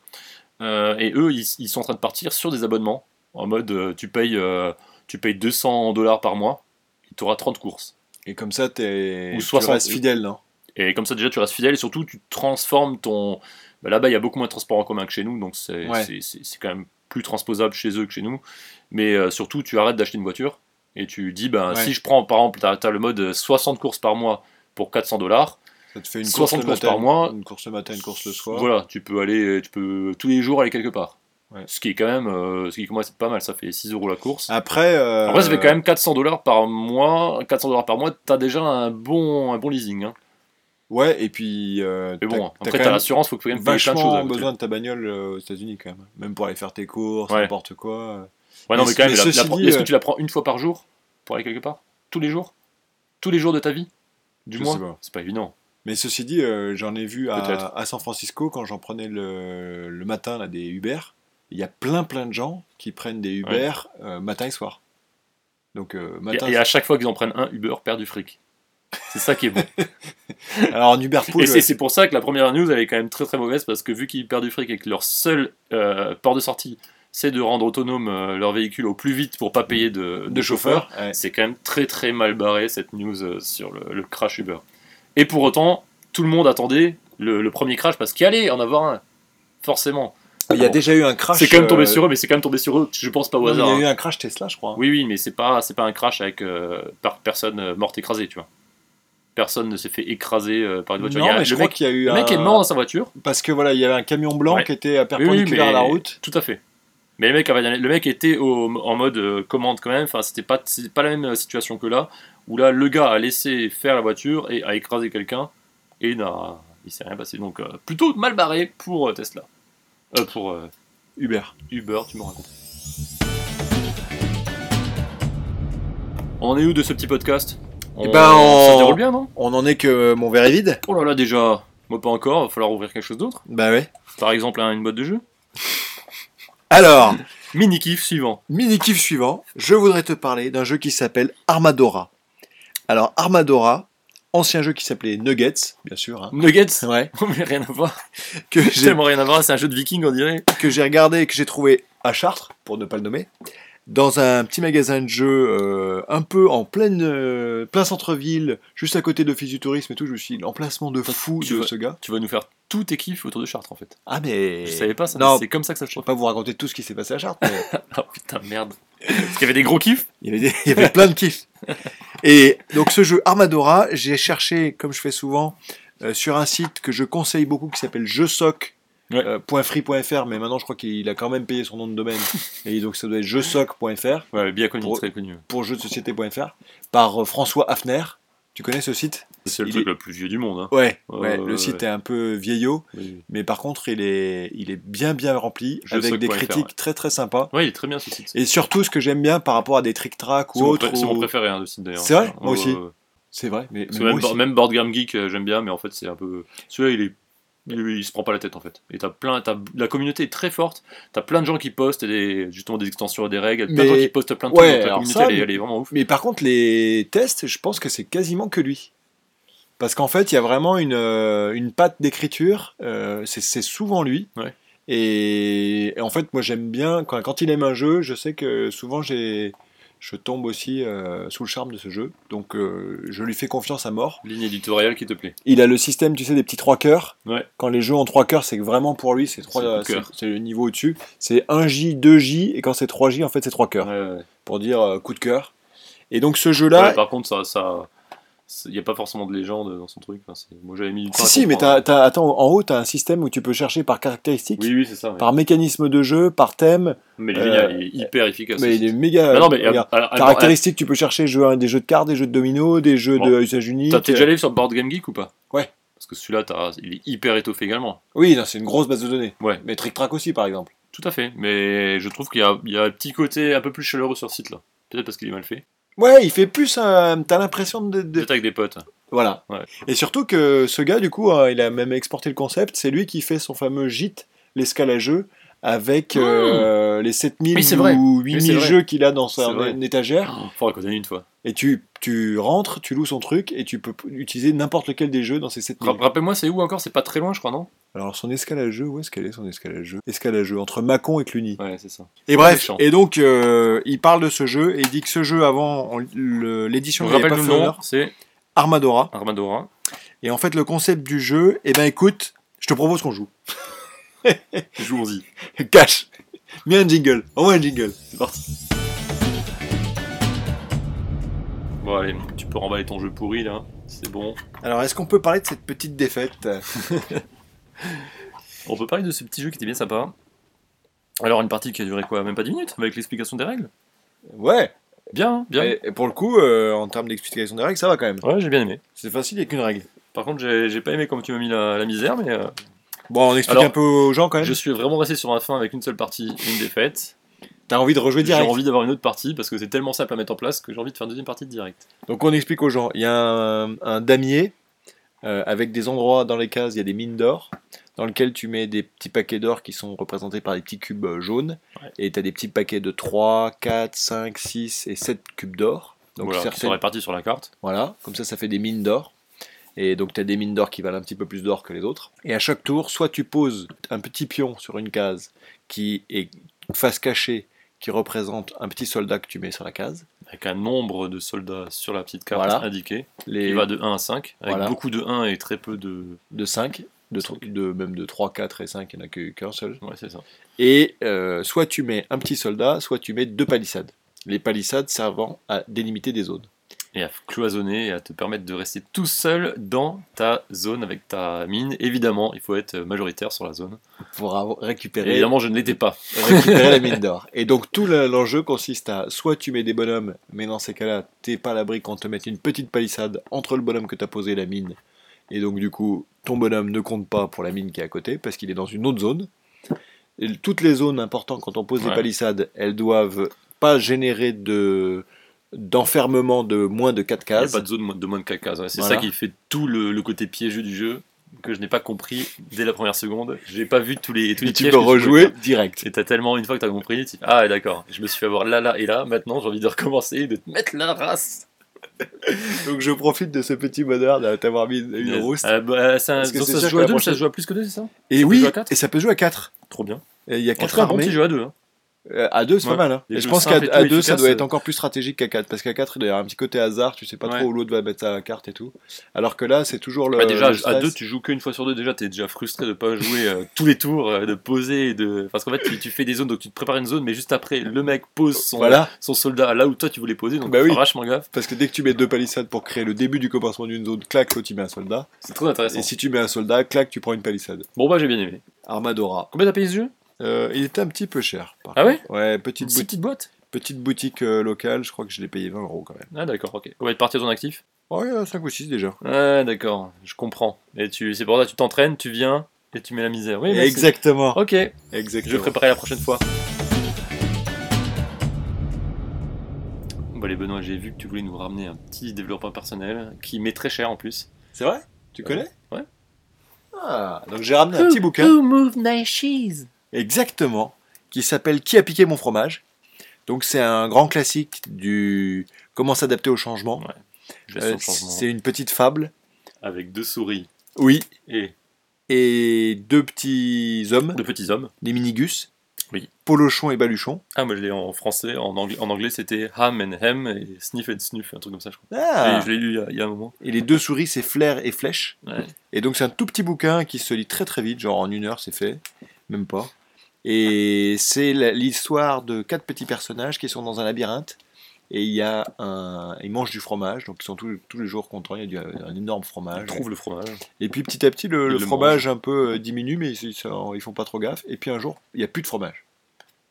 [SPEAKER 1] Euh, et eux, ils, ils sont en train de partir sur des abonnements. En mode, euh, tu, payes, euh, tu payes 200 dollars par mois, et tu auras 30 courses.
[SPEAKER 2] Et comme ça, t'es-
[SPEAKER 1] Ou
[SPEAKER 2] tu
[SPEAKER 1] 60.
[SPEAKER 2] restes fidèle, hein. non
[SPEAKER 1] Et comme ça, déjà, tu restes fidèle. Et surtout, tu transformes ton. bah, Là-bas, il y a beaucoup moins de transports en commun que chez nous. Donc, c'est
[SPEAKER 2] Ouais.
[SPEAKER 1] c'est- c'est- c'est quand même plus transposable chez eux que chez nous. Mais euh, surtout, tu arrêtes d'acheter une voiture. Et tu dis, ben,
[SPEAKER 2] Ouais.
[SPEAKER 1] si je prends, par exemple, tu as, le mode euh, 60 courses par mois pour 400 dollars.
[SPEAKER 2] Ça te fait une
[SPEAKER 1] 60
[SPEAKER 2] course le
[SPEAKER 1] courses
[SPEAKER 2] matin,
[SPEAKER 1] par mois.
[SPEAKER 2] Une course le matin, une course le soir.
[SPEAKER 1] Voilà, tu peux aller, euh, tu peux tous les jours aller quelque part.
[SPEAKER 2] Ouais.
[SPEAKER 1] Ce qui est quand même, euh, ce qui commence à être pas mal, ça fait 6 euros la course.
[SPEAKER 2] Après, euh,
[SPEAKER 1] Après, ça fait quand même 400 dollars par mois. 400 dollars par mois, t'as déjà un bon, un bon leasing. hein.
[SPEAKER 2] Ouais, et puis. euh,
[SPEAKER 1] Mais bon, hein.
[SPEAKER 2] t'as- t'as
[SPEAKER 1] après,
[SPEAKER 2] quand
[SPEAKER 1] t'as
[SPEAKER 2] même
[SPEAKER 1] l'assurance, faut que tu même payer plein de choses. à
[SPEAKER 2] vachement
[SPEAKER 1] côté.
[SPEAKER 2] besoin de ta bagnole euh, aux États-Unis quand même. Même pour aller faire tes courses,
[SPEAKER 1] Ouais.
[SPEAKER 2] n'importe quoi.
[SPEAKER 1] Ouais, non, mais,
[SPEAKER 2] Mais-
[SPEAKER 1] quand même,
[SPEAKER 2] mais
[SPEAKER 1] la- la
[SPEAKER 2] ceci
[SPEAKER 1] pre-
[SPEAKER 2] dit,
[SPEAKER 1] est-ce que
[SPEAKER 2] euh,
[SPEAKER 1] tu la prends une fois par jour pour aller quelque part Tous les jours Tous les jours de ta vie Du
[SPEAKER 2] Je
[SPEAKER 1] moins
[SPEAKER 2] sais pas.
[SPEAKER 1] C'est pas évident.
[SPEAKER 2] Mais ceci dit, euh, j'en ai vu à,
[SPEAKER 1] Peut-être.
[SPEAKER 2] à San Francisco quand j'en prenais le, le matin là, des Uber. Il y a plein plein de gens qui prennent des Uber euh, matin et soir. Donc euh,
[SPEAKER 1] Et,
[SPEAKER 2] matin.
[SPEAKER 1] et à chaque fois qu'ils en prennent un, Uber perd du fric. C'est ça qui
[SPEAKER 2] [LAUGHS]
[SPEAKER 1] est bon.
[SPEAKER 2] Alors en Uber
[SPEAKER 1] [LAUGHS]
[SPEAKER 2] Pool,
[SPEAKER 1] Et c'est- c'est pour ça que la première news, elle est quand même très très mauvaise, parce que vu qu'ils perdent du fric et que leur seul euh, port de sortie, c'est de rendre autonome euh, leur véhicule au plus vite pour pas payer de,
[SPEAKER 2] de chauffeur. ouais.
[SPEAKER 1] c'est quand même très très mal barré cette news euh, sur le, le crash Uber. Et pour autant, tout le monde attendait le, le premier crash, parce qu'il allait en avoir un, forcément.
[SPEAKER 2] Ah, Il y a
[SPEAKER 1] Bon.
[SPEAKER 2] déjà eu un crash.
[SPEAKER 1] C'est quand même tombé
[SPEAKER 2] euh,
[SPEAKER 1] sur eux, mais c'est quand même tombé sur eux, je pense pas au
[SPEAKER 2] non,
[SPEAKER 1] hasard.
[SPEAKER 2] Il y a eu
[SPEAKER 1] hein.
[SPEAKER 2] un crash Tesla, je crois.
[SPEAKER 1] Oui, oui, mais c'est pas, c'est pas un crash avec euh, par personne euh, morte écrasée, tu vois. Personne ne s'est fait écraser euh, par une voiture. Il y
[SPEAKER 2] Non,
[SPEAKER 1] a-
[SPEAKER 2] mais je
[SPEAKER 1] le
[SPEAKER 2] crois
[SPEAKER 1] mec-
[SPEAKER 2] qu'il y a eu
[SPEAKER 1] le
[SPEAKER 2] un.
[SPEAKER 1] mec est mort dans sa voiture.
[SPEAKER 2] Parce que voilà, il y avait un camion blanc
[SPEAKER 1] Ouais.
[SPEAKER 2] qui était à
[SPEAKER 1] Oui, oui,
[SPEAKER 2] perpendiculaire à la
[SPEAKER 1] mais-
[SPEAKER 2] route.
[SPEAKER 1] Tout à fait. Mais le mec, avait- le mec était au- en mode euh, commande quand même. Enfin, c'était pas, c'est pas la même euh, situation que là, où là, le gars a laissé faire la voiture et a écrasé quelqu'un et n'a, il s'est rien passé. Donc, euh, plutôt mal barré pour euh, Tesla. Euh, pour euh,
[SPEAKER 2] Uber.
[SPEAKER 1] Uber, tu me racontes. On en est où de ce petit podcast
[SPEAKER 2] Eh ben, on-
[SPEAKER 1] Ça se déroule bien, non
[SPEAKER 2] On en est que euh, mon verre est vide
[SPEAKER 1] Oh là là, déjà. Moi, pas encore. Va falloir ouvrir quelque chose d'autre.
[SPEAKER 2] Bah ouais.
[SPEAKER 1] Par exemple, hein, une boîte de jeu.
[SPEAKER 2] Alors,
[SPEAKER 1] Mini kiff suivant.
[SPEAKER 2] mini-kiff suivant, je voudrais te parler d'un jeu qui s'appelle Armadora. Alors, Armadora, ancien jeu qui s'appelait Nuggets, bien sûr, hein,
[SPEAKER 1] Nuggets. [LAUGHS]
[SPEAKER 2] ouais,
[SPEAKER 1] Mais rien à voir.
[SPEAKER 2] que j'ai
[SPEAKER 1] Tellement rien à voir, c'est un jeu de viking on dirait.
[SPEAKER 2] que j'ai regardé et que j'ai trouvé à Chartres, pour ne pas le nommer, dans un petit magasin de jeux euh, un peu en pleine, euh, plein centre-ville, juste à côté d'Office du Tourisme et tout. Je me suis dit, l'emplacement de fou
[SPEAKER 1] Tu
[SPEAKER 2] de
[SPEAKER 1] veux-
[SPEAKER 2] ce gars.
[SPEAKER 1] Tu vas nous faire tous tes kiffs autour de Chartres en fait.
[SPEAKER 2] Ah, mais.
[SPEAKER 1] Je savais pas ça,
[SPEAKER 2] Non.
[SPEAKER 1] c'est comme ça que ça se
[SPEAKER 2] Je ne vais
[SPEAKER 1] trouve.
[SPEAKER 2] pas vous raconter tout ce qui s'est passé à Chartres, mais
[SPEAKER 1] [LAUGHS] Ah putain merde. Parce qu'il y avait des gros kiffs
[SPEAKER 2] Il y avait, des- il y avait plein de kiffs. Et donc ce jeu Armadora, j'ai cherché, comme je fais souvent, euh, sur un site que je conseille beaucoup qui s'appelle Jeusoc,
[SPEAKER 1] Ouais.
[SPEAKER 2] euh, point .free.fr, mais maintenant je crois qu'il a quand même payé son nom
[SPEAKER 1] [LAUGHS]
[SPEAKER 2] de domaine, et donc ça doit être jeusoc.fr
[SPEAKER 1] Ouais, bien connu,
[SPEAKER 2] Pour-
[SPEAKER 1] très connu.
[SPEAKER 2] pour jeuxdesociété.fr par euh, François Hafner. Tu connais ce site
[SPEAKER 1] C'est le
[SPEAKER 2] Il
[SPEAKER 1] truc
[SPEAKER 2] est-
[SPEAKER 1] le plus vieux du monde. hein.
[SPEAKER 2] Ouais,
[SPEAKER 1] Ouais,
[SPEAKER 2] ouais,
[SPEAKER 1] ouais,
[SPEAKER 2] le
[SPEAKER 1] ouais,
[SPEAKER 2] site
[SPEAKER 1] ouais.
[SPEAKER 2] est un peu vieillot,
[SPEAKER 1] Oui.
[SPEAKER 2] mais par contre il est, il est bien bien rempli,
[SPEAKER 1] Je
[SPEAKER 2] avec
[SPEAKER 1] sais
[SPEAKER 2] des
[SPEAKER 1] quoi faire,
[SPEAKER 2] critiques très très sympas.
[SPEAKER 1] Ouais, il est très bien ce site. C'est
[SPEAKER 2] Et surtout ce que j'aime bien par rapport à des trick-track
[SPEAKER 1] c'est
[SPEAKER 2] ou
[SPEAKER 1] mon,
[SPEAKER 2] autres.
[SPEAKER 1] pré- c'est mon
[SPEAKER 2] ou-
[SPEAKER 1] préféré hein, de site d'ailleurs.
[SPEAKER 2] C'est vrai
[SPEAKER 1] Ouais,
[SPEAKER 2] Moi aussi.
[SPEAKER 1] ouais, ouais.
[SPEAKER 2] C'est vrai, mais,
[SPEAKER 1] Parce
[SPEAKER 2] mais
[SPEAKER 1] que
[SPEAKER 2] moi
[SPEAKER 1] même,
[SPEAKER 2] aussi.
[SPEAKER 1] Bo- même Board Game Geek, euh, j'aime bien, mais en fait, c'est un peu. Celui-là, il est. Il, il se prend pas la tête en fait. Et t'as plein, t'as- la communauté est très forte. T'as plein de gens qui postent des, justement des extensions et des règles. Plein de
[SPEAKER 2] Mais-
[SPEAKER 1] gens qui postent plein de
[SPEAKER 2] Ouais,
[SPEAKER 1] trucs. donc La
[SPEAKER 2] alors
[SPEAKER 1] communauté
[SPEAKER 2] ça,
[SPEAKER 1] elle, est- elle est vraiment ouf.
[SPEAKER 2] Mais par contre, les tests, je pense que c'est quasiment que lui. Parce qu'en fait, il y a vraiment une, euh, une patte d'écriture. euh, c'est c'est souvent lui.
[SPEAKER 1] Ouais.
[SPEAKER 2] Et, et en fait, moi, j'aime bien. Quand, quand il aime un jeu, je sais que souvent, j'ai. Je tombe aussi euh, sous le charme de ce jeu, donc euh, je lui fais confiance à mort.
[SPEAKER 1] Ligne éditoriale qui te plaît.
[SPEAKER 2] Il a le système, tu sais, des petits trois cœurs.
[SPEAKER 1] Ouais.
[SPEAKER 2] Quand les jeux en trois cœurs, c'est que vraiment pour lui, c'est
[SPEAKER 1] C'est
[SPEAKER 2] trois,
[SPEAKER 1] le
[SPEAKER 2] c'est
[SPEAKER 1] cœur.
[SPEAKER 2] c'est le niveau au-dessus. C'est 1J, 2J, et quand c'est 3J, en fait, c'est trois cœurs.
[SPEAKER 1] Ouais, ouais.
[SPEAKER 2] Pour dire euh, coup de cœur. Et donc ce jeu-là,
[SPEAKER 1] Ouais, par contre, ça. ça... Il n'y a pas forcément de légende dans son truc. Enfin, c'est- Moi j'avais mis du temps.
[SPEAKER 2] Si,
[SPEAKER 1] à
[SPEAKER 2] si, mais
[SPEAKER 1] comprendre.
[SPEAKER 2] t'as, t'as- attends, en haut, tu as un système où tu peux chercher par caractéristiques,
[SPEAKER 1] Oui, oui, c'est ça. ouais.
[SPEAKER 2] par mécanisme de jeu, par thème.
[SPEAKER 1] Mais il est
[SPEAKER 2] Euh,
[SPEAKER 1] génial, il est hyper efficace.
[SPEAKER 2] mais
[SPEAKER 1] ce
[SPEAKER 2] il est
[SPEAKER 1] site.
[SPEAKER 2] méga.
[SPEAKER 1] Non, non, mais euh,
[SPEAKER 2] regarde,
[SPEAKER 1] alors, alors,
[SPEAKER 2] caractéristiques, tu peux chercher jeu, des jeux de cartes, des jeux de domino, des jeux
[SPEAKER 1] Bon.
[SPEAKER 2] de usage unique.
[SPEAKER 1] T'as t'es déjà allé sur Board Game Geek ou pas
[SPEAKER 2] euh, Ouais.
[SPEAKER 1] Parce que celui-là, t'as- il est hyper étoffé également.
[SPEAKER 2] Oui, non, c'est une grosse base de données.
[SPEAKER 1] Ouais.
[SPEAKER 2] Mais Trick Track aussi, par exemple.
[SPEAKER 1] Tout à fait. Mais je trouve qu'il y, a- il y a un petit côté un peu plus chaleureux sur ce site-là. Peut-être parce qu'il est mal fait.
[SPEAKER 2] Ouais, il fait plus. un- T'as l'impression de. de-
[SPEAKER 1] Peut-être avec des potes.
[SPEAKER 2] Voilà.
[SPEAKER 1] Ouais.
[SPEAKER 2] Et surtout que ce gars, du coup, hein, il a même exporté le concept. C'est lui qui fait son fameux gîte, l'escale à jeu, avec euh, les 7000
[SPEAKER 1] Ah. Oui, c'est vrai.
[SPEAKER 2] ou
[SPEAKER 1] c'est
[SPEAKER 2] 8000
[SPEAKER 1] vrai.
[SPEAKER 2] jeux qu'il a dans sa
[SPEAKER 1] C'est vrai.
[SPEAKER 2] une étagère.
[SPEAKER 1] Faudra qu'on y aille une fois.
[SPEAKER 2] Et tu, tu rentres, tu loues son truc et tu peux p- utiliser n'importe lequel des jeux dans ces 7
[SPEAKER 1] Ra- Rappelle-moi, c'est où encore C'est pas très loin, je crois, non
[SPEAKER 2] Alors son escalageux, où est-ce qu'elle est son escalageux Escalageux, entre Mâcon et Cluny.
[SPEAKER 1] Ouais, c'est ça.
[SPEAKER 2] Et bref,
[SPEAKER 1] Méchant.
[SPEAKER 2] et donc euh, il parle de ce jeu et il dit que ce jeu avant on- le- l'édition
[SPEAKER 1] Je
[SPEAKER 2] n'avait
[SPEAKER 1] rappelle
[SPEAKER 2] pas
[SPEAKER 1] le
[SPEAKER 2] fait
[SPEAKER 1] nom,
[SPEAKER 2] honneur,
[SPEAKER 1] c'est
[SPEAKER 2] Armadora.
[SPEAKER 1] Armadora.
[SPEAKER 2] Et en fait le concept du jeu, eh ben écoute, je te propose qu'on joue. [LAUGHS]
[SPEAKER 1] Jouons-y.
[SPEAKER 2] Cash Mets un jingle, envoie un jingle.
[SPEAKER 1] C'est parti. Bon, allez, tu peux remballer ton jeu pourri là. C'est bon.
[SPEAKER 2] Alors est-ce qu'on peut parler de cette petite défaite
[SPEAKER 1] On peut parler de ce petit jeu qui était bien sympa. Alors, une partie qui a duré quoi Même pas 10 minutes avec l'explication des règles
[SPEAKER 2] Ouais,
[SPEAKER 1] Bien, hein, bien.
[SPEAKER 2] et, et pour le coup, euh, en termes d'explication des règles, ça va quand même.
[SPEAKER 1] Ouais, j'ai bien aimé.
[SPEAKER 2] C'est facile, il n'y a qu'une règle.
[SPEAKER 1] Par contre, j'ai j'ai pas aimé comme tu m'as mis la, la misère, mais euh,
[SPEAKER 2] Bon, on explique
[SPEAKER 1] Alors,
[SPEAKER 2] un peu aux gens quand même.
[SPEAKER 1] je suis vraiment resté sur la fin avec une seule partie, une défaite.
[SPEAKER 2] T'as envie de rejouer
[SPEAKER 1] J'ai
[SPEAKER 2] direct.
[SPEAKER 1] envie d'avoir une autre partie parce que c'est tellement simple à mettre en place que j'ai envie de faire une deuxième partie de direct.
[SPEAKER 2] Donc on explique aux gens. Il y a un, un damier euh, avec des endroits dans les cases, il y a des mines d'or, dans lequel tu mets des petits paquets d'or qui sont représentés par des petits cubes euh, jaunes.
[SPEAKER 1] Ouais.
[SPEAKER 2] Et tu as des petits paquets de 3, 4, 5, 6 et 7 cubes d'or.
[SPEAKER 1] Donc,
[SPEAKER 2] Donc
[SPEAKER 1] voilà, qui
[SPEAKER 2] certaines-
[SPEAKER 1] sont répartis sur la carte.
[SPEAKER 2] voilà, comme ça, ça fait des mines d'or. Et donc, tu as des mines d'or qui valent un petit peu plus d'or que les autres. Et à chaque tour, soit tu poses un petit pion sur une case qui est face cachée, qui représente un petit soldat que tu mets sur la case.
[SPEAKER 1] Avec un nombre de soldats sur la petite carte
[SPEAKER 2] Voilà.
[SPEAKER 1] indiquée,
[SPEAKER 2] Les...
[SPEAKER 1] qui va de 1 à 5, avec
[SPEAKER 2] Voilà.
[SPEAKER 1] beaucoup de 1 et très peu de.
[SPEAKER 2] de 5, de, tro- de- même de 3, 4 et 5, il n'y en a que- qu'un seul.
[SPEAKER 1] Ouais, c'est ça.
[SPEAKER 2] Et euh, soit tu mets un petit soldat, soit tu mets deux palissades. Les palissades servant à délimiter des zones.
[SPEAKER 1] Et à cloisonner et à te permettre de rester tout seul dans ta zone avec ta mine. Évidemment, il faut être majoritaire sur la zone.
[SPEAKER 2] Pour avoir-
[SPEAKER 1] Et
[SPEAKER 2] récupérer,
[SPEAKER 1] évidemment, je ne l'étais pas.
[SPEAKER 2] récupérer la mine d'or. Et donc tout le- l'enjeu consiste à soit tu mets des bonhommes, mais dans ces cas-là, t'es pas à l'abri qu'on te mette une petite palissade entre le bonhomme que t'as posé et la mine. Et donc du coup, ton bonhomme ne compte pas pour la mine qui est à côté parce qu'il est dans une autre zone. Et toutes les zones importantes quand on pose des
[SPEAKER 1] Ouais.
[SPEAKER 2] palissades, elles doivent pas générer de d'enfermement de moins de 4
[SPEAKER 1] Il n'y a
[SPEAKER 2] cases.
[SPEAKER 1] pas de zone mo- de moins de 4 cases. ouais. C'est
[SPEAKER 2] Voilà.
[SPEAKER 1] ça qui fait tout le, le côté piégeux du jeu que je n'ai pas compris dès la première seconde. J'ai pas vu tous les tous les
[SPEAKER 2] Et tu
[SPEAKER 1] pièges
[SPEAKER 2] peux
[SPEAKER 1] que pouvais
[SPEAKER 2] rejouer
[SPEAKER 1] faire.
[SPEAKER 2] direct.
[SPEAKER 1] Et t'as tellement une fois que t'as compris, tu- ah d'accord, je me suis fait avoir là là et là. Maintenant j'ai envie de recommencer et de te mettre la race.
[SPEAKER 2] Donc je profite de ce petit bonheur de t'avoir mis une rousse.
[SPEAKER 1] Ah, bah, c'est un-
[SPEAKER 2] Parce que
[SPEAKER 1] donc
[SPEAKER 2] c'est
[SPEAKER 1] ça se
[SPEAKER 2] sûr
[SPEAKER 1] joue
[SPEAKER 2] que
[SPEAKER 1] à
[SPEAKER 2] la
[SPEAKER 1] deux, mais ça
[SPEAKER 2] prochaine-
[SPEAKER 1] se joue à plus que deux, c'est ça
[SPEAKER 2] Et
[SPEAKER 1] peut
[SPEAKER 2] oui,
[SPEAKER 1] jouer à quatre
[SPEAKER 2] et ça peut jouer à 4.
[SPEAKER 1] Trop bien.
[SPEAKER 2] Il y a
[SPEAKER 1] En tout
[SPEAKER 2] 4
[SPEAKER 1] cas, un bon
[SPEAKER 2] armées.
[SPEAKER 1] petit jeu à deux. hein.
[SPEAKER 2] Euh, à deux, c'est
[SPEAKER 1] Ouais.
[SPEAKER 2] pas mal. Hein.
[SPEAKER 1] Les
[SPEAKER 2] Et je
[SPEAKER 1] jeux
[SPEAKER 2] pense qu'à
[SPEAKER 1] simples et tout,
[SPEAKER 2] à deux, ça
[SPEAKER 1] efficaces,
[SPEAKER 2] doit
[SPEAKER 1] euh.
[SPEAKER 2] être encore plus stratégique qu'à 4. Parce qu'à 4, il y a un petit côté hasard, tu sais pas
[SPEAKER 1] Ouais.
[SPEAKER 2] trop où l'autre va mettre sa carte et tout. Alors que là, c'est toujours le.
[SPEAKER 1] Bah, déjà
[SPEAKER 2] le
[SPEAKER 1] à
[SPEAKER 2] stress.
[SPEAKER 1] deux, tu joues qu'une fois sur deux. Déjà t'es déjà frustré de pas jouer euh, [LAUGHS] tous les tours, euh, de poser, et de parce qu'en fait tu, tu fais des zones donc tu te prépares une zone, mais juste après le mec pose son
[SPEAKER 2] Voilà,
[SPEAKER 1] son soldat là où toi tu voulais poser, donc
[SPEAKER 2] Bah oui.
[SPEAKER 1] faut vachement gaffe.
[SPEAKER 2] parce que dès que tu mets deux palissades pour créer le début du commencement d'une zone, clac, l'autre, tu mets un soldat.
[SPEAKER 1] C'est trop intéressant.
[SPEAKER 2] Et si tu mets un soldat, clac, tu prends une palissade.
[SPEAKER 1] Bon bah j'ai bien aimé.
[SPEAKER 2] Armadora.
[SPEAKER 1] Combien t'as payé ce jeu
[SPEAKER 2] Euh, il était un petit peu cher. par
[SPEAKER 1] Ah
[SPEAKER 2] contre. Ouais, petite,
[SPEAKER 1] Une
[SPEAKER 2] boutique
[SPEAKER 1] petite boîte
[SPEAKER 2] petite boutique euh, locale, je crois que je l'ai payé 20 euros quand même.
[SPEAKER 1] Ah d'accord, ok. Combien de parties à ton actif
[SPEAKER 2] Ouais, 5 ou 6 déjà.
[SPEAKER 1] Ah d'accord, je comprends. Et tu, c'est pour ça que tu t'entraînes, tu viens et tu mets la misère. Oui, bah, c'est-
[SPEAKER 2] Exactement.
[SPEAKER 1] Ok, je vais
[SPEAKER 2] Exactement.
[SPEAKER 1] préparer la prochaine fois. Bon allez Benoît, j'ai vu que tu voulais nous ramener un petit développeur personnel qui m'est très cher en plus.
[SPEAKER 2] C'est vrai Tu connais
[SPEAKER 1] Ouais.
[SPEAKER 2] Ah, donc j'ai ramené un petit bouquin.
[SPEAKER 1] move my cheese
[SPEAKER 2] Exactement. Qui s'appelle Qui a piqué mon fromage Donc c'est un grand classique du comment s'adapter au changement.
[SPEAKER 1] Je vais
[SPEAKER 2] Euh,
[SPEAKER 1] sur le changement.
[SPEAKER 2] c'est une petite fable.
[SPEAKER 1] Avec deux souris
[SPEAKER 2] Oui.
[SPEAKER 1] et
[SPEAKER 2] Et deux petits hommes,
[SPEAKER 1] deux petits hommes.
[SPEAKER 2] des minigus.
[SPEAKER 1] Oui.
[SPEAKER 2] Polochon et Baluchon.
[SPEAKER 1] Ah moi je l'ai en français, en anglais, en anglais c'était ham and hem et sniff and snuff, un truc comme ça je crois.
[SPEAKER 2] Ah.
[SPEAKER 1] Et Je l'ai lu il y a- il y a un moment.
[SPEAKER 2] Et les deux souris, c'est Flair et Flèche.
[SPEAKER 1] Ouais.
[SPEAKER 2] Et donc c'est un tout petit bouquin qui se lit très très vite, genre en une heure c'est fait, même pas. Et c'est la- l'histoire de quatre petits personnages qui sont dans un labyrinthe. Et il y a un, ils mangent du fromage, donc ils sont tous, tous les jours contents. Il y a du- un énorme
[SPEAKER 1] Il
[SPEAKER 2] fromage.
[SPEAKER 1] trouve le fromage.
[SPEAKER 2] Et puis petit à petit, le,
[SPEAKER 1] Ils
[SPEAKER 2] le
[SPEAKER 1] le
[SPEAKER 2] fromage un peu euh, diminue, mais ils, ils- ils font pas trop gaffe. Et puis un jour, il y a plus de fromage.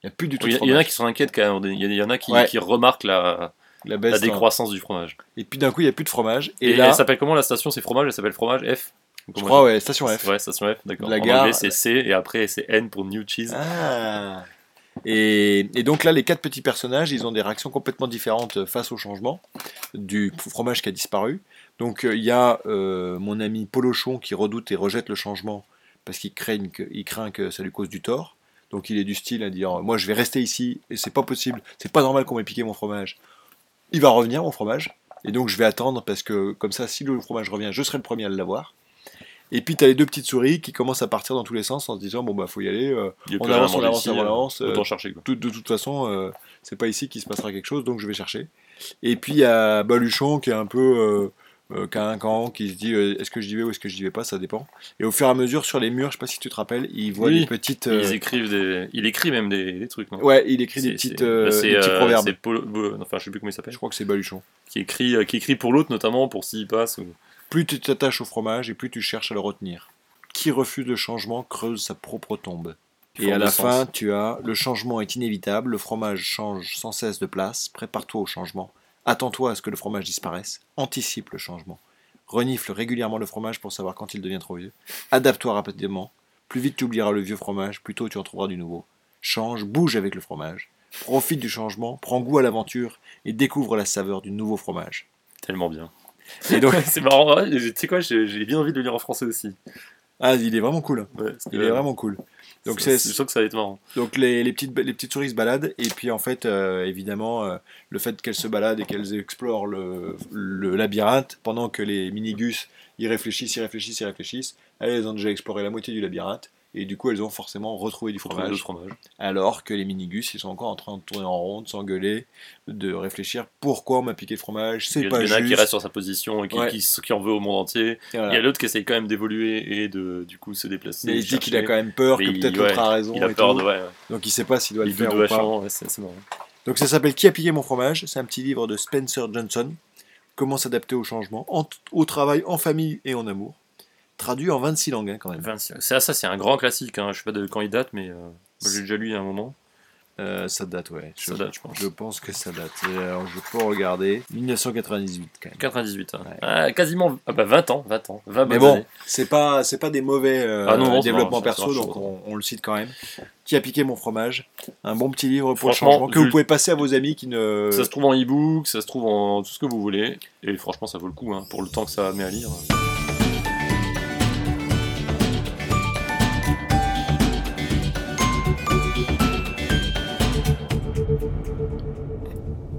[SPEAKER 2] Il y a plus du tout
[SPEAKER 1] Il y,
[SPEAKER 2] de
[SPEAKER 1] a- il y en a
[SPEAKER 2] fromage.
[SPEAKER 1] qui s'en inquiètent quand même. Il y, a- il y en a qui,
[SPEAKER 2] Ouais.
[SPEAKER 1] qui remarquent la,
[SPEAKER 2] La
[SPEAKER 1] la
[SPEAKER 2] baisse. dans-
[SPEAKER 1] décroissance du fromage.
[SPEAKER 2] Et puis d'un coup, il y a plus de fromage.
[SPEAKER 1] Et,
[SPEAKER 2] Et, là,
[SPEAKER 1] elle s'appelle comment la station C'est fromage Elle s'appelle fromage F Ou
[SPEAKER 2] je
[SPEAKER 1] comment
[SPEAKER 2] crois, ouais, station
[SPEAKER 1] elle
[SPEAKER 2] F.
[SPEAKER 1] s'appelle Ouais, station F, d'accord. En
[SPEAKER 2] La gare-
[SPEAKER 1] anglais, c'est C et après, c'est N pour New Cheese.
[SPEAKER 2] Ah. Et, et donc là, les quatre petits personnages, ils ont des réactions complètement différentes face au changement du fromage qui a disparu. Donc euh, il y a euh, mon ami Polochon qui redoute et rejette le changement parce qu'il craigne que- il craint que ça lui cause du tort. Donc il est du style à dire moi je vais rester ici et c'est pas possible, c'est pas normal qu'on m'ait piqué mon fromage. Il va revenir mon fromage et donc je vais attendre parce que comme ça si le fromage revient, je serai le premier à l'avoir. Et puis tu as les deux petites souris qui commencent à partir dans tous les sens en se disant bon bah faut y aller, euh,
[SPEAKER 1] Il y a
[SPEAKER 2] on
[SPEAKER 1] plus rien à
[SPEAKER 2] avance, on
[SPEAKER 1] manger
[SPEAKER 2] avance,
[SPEAKER 1] ici,
[SPEAKER 2] on
[SPEAKER 1] euh,
[SPEAKER 2] avance. euh,
[SPEAKER 1] Autant chercher quoi.
[SPEAKER 2] tout- de toute façon, euh, c'est pas ici qu'il se passera quelque chose, donc je vais chercher. Et puis il y a Baluchon qui est un peu euh, euh, qui a un camp, qui se dit euh, est-ce que j'y vais ou est-ce que j'y vais pas, ça dépend. Et au fur et à mesure, sur les murs, je sais pas si tu te rappelles, il voit
[SPEAKER 1] Oui.
[SPEAKER 2] des petites. euh,
[SPEAKER 1] Ils écrivent des... Il écrit même des, des trucs. Non
[SPEAKER 2] Ouais, il écrit
[SPEAKER 1] C'est-
[SPEAKER 2] des petites,
[SPEAKER 1] c'est-
[SPEAKER 2] euh,
[SPEAKER 1] bah, c'est,
[SPEAKER 2] des petits
[SPEAKER 1] euh,
[SPEAKER 2] proverbes.
[SPEAKER 1] c'est Polo- Bo- Enfin, je sais plus comment il s'appelle.
[SPEAKER 2] Je crois que c'est Baluchon.
[SPEAKER 1] Qui écrit, euh, qui écrit pour l'autre notamment, pour s'il passe. ou-
[SPEAKER 2] Plus tu t'attaches au fromage et plus tu cherches à le retenir. Qui refuse le changement creuse sa propre tombe. Et
[SPEAKER 1] Fort
[SPEAKER 2] à
[SPEAKER 1] de
[SPEAKER 2] la
[SPEAKER 1] sens.
[SPEAKER 2] fin, tu as le changement est inévitable, le fromage change sans cesse de place, prépare-toi au changement, attends-toi à ce que le fromage disparaisse, anticipe le changement, renifle régulièrement le fromage pour savoir quand il devient trop vieux, adapte-toi rapidement, plus vite tu oublieras le vieux fromage, plus tôt tu en trouveras du nouveau. Change, bouge avec le fromage, profite du changement, prends goût à l'aventure et découvre la saveur du nouveau fromage.
[SPEAKER 1] Tellement bien.
[SPEAKER 2] Et donc, [LAUGHS]
[SPEAKER 1] [LAUGHS] c'est marrant. ouais, Tu sais quoi, j'ai j'ai bien envie de le lire en français aussi.
[SPEAKER 2] ah, il est vraiment cool,
[SPEAKER 1] Ouais, parce que,
[SPEAKER 2] il est vraiment cool. Donc
[SPEAKER 1] Euh, c'est-
[SPEAKER 2] c'est
[SPEAKER 1] Je sens que ça va être marrant.
[SPEAKER 2] Donc les, les petites, les petites souris se baladent et puis en fait euh, évidemment euh, le fait qu'elles se baladent et qu'elles explorent le, le labyrinthe pendant que les minigus y réfléchissent, y réfléchissent, y réfléchissent, elles elles ont déjà exploré la moitié du labyrinthe et du coup elles ont forcément retrouvé du
[SPEAKER 1] Retrouver le
[SPEAKER 2] fromage
[SPEAKER 1] fromage.
[SPEAKER 2] alors que les minigus ils sont encore en train de tourner en rond, de s'engueuler, de réfléchir pourquoi on m'a piqué le fromage,
[SPEAKER 1] Il y
[SPEAKER 2] c'est
[SPEAKER 1] en a
[SPEAKER 2] pas
[SPEAKER 1] il y en a un
[SPEAKER 2] juste.
[SPEAKER 1] qui reste sur sa position et qui,
[SPEAKER 2] Ouais.
[SPEAKER 1] qui, s- qui en veut au monde entier.
[SPEAKER 2] Et voilà.
[SPEAKER 1] Il y a l'autre qui essaye quand même d'évoluer et de du coup se déplacer.
[SPEAKER 2] Mais il se dit
[SPEAKER 1] chercher.
[SPEAKER 2] qu'il a quand même peur,
[SPEAKER 1] Mais
[SPEAKER 2] que
[SPEAKER 1] il-
[SPEAKER 2] peut-être
[SPEAKER 1] ouais,
[SPEAKER 2] l'autre a raison
[SPEAKER 1] Il a
[SPEAKER 2] et
[SPEAKER 1] peur
[SPEAKER 2] tout.
[SPEAKER 1] de. Ouais, ouais.
[SPEAKER 2] donc il sait pas s'il doit le
[SPEAKER 1] Il doute
[SPEAKER 2] faire
[SPEAKER 1] de
[SPEAKER 2] ou
[SPEAKER 1] la
[SPEAKER 2] pas.
[SPEAKER 1] chambre, ouais, c'est c'est marrant.
[SPEAKER 2] Donc ça s'appelle Qui a pillé mon fromage C'est un petit livre de Spencer Johnson. Comment s'adapter au changement, en- au travail, en famille et en amour. Traduit en 26 langues hein, quand même.
[SPEAKER 1] Vingt- Ça, ça c'est un grand classique. Hein. Je sais pas de quand il date, mais euh, moi, j'ai déjà lu il y a un moment.
[SPEAKER 2] Euh, ça date, ouais. Je,
[SPEAKER 1] Ça date, je pense.
[SPEAKER 2] je pense que ça date. Euh, Alors je peux regarder. 1998 quand même.
[SPEAKER 1] 98. hein.
[SPEAKER 2] Ouais.
[SPEAKER 1] Ah, quasiment ah bah, 20 ans. 20 ans. 20
[SPEAKER 2] Mais
[SPEAKER 1] bonnes
[SPEAKER 2] bon,
[SPEAKER 1] années.
[SPEAKER 2] c'est pas, c'est pas des mauvais euh,
[SPEAKER 1] Ah non, non, ça
[SPEAKER 2] développements
[SPEAKER 1] marche, ça
[SPEAKER 2] perso,
[SPEAKER 1] marche,
[SPEAKER 2] donc
[SPEAKER 1] ça
[SPEAKER 2] on, on le cite quand même. Qui a piqué mon fromage Un bon petit livre pour le
[SPEAKER 1] Franchement,
[SPEAKER 2] changement que
[SPEAKER 1] je-
[SPEAKER 2] vous pouvez passer à vos amis qui ne.
[SPEAKER 1] Ça se trouve en e-book, ça se trouve en tout ce que vous voulez. Et franchement, ça vaut le coup hein, pour le temps que ça met à lire.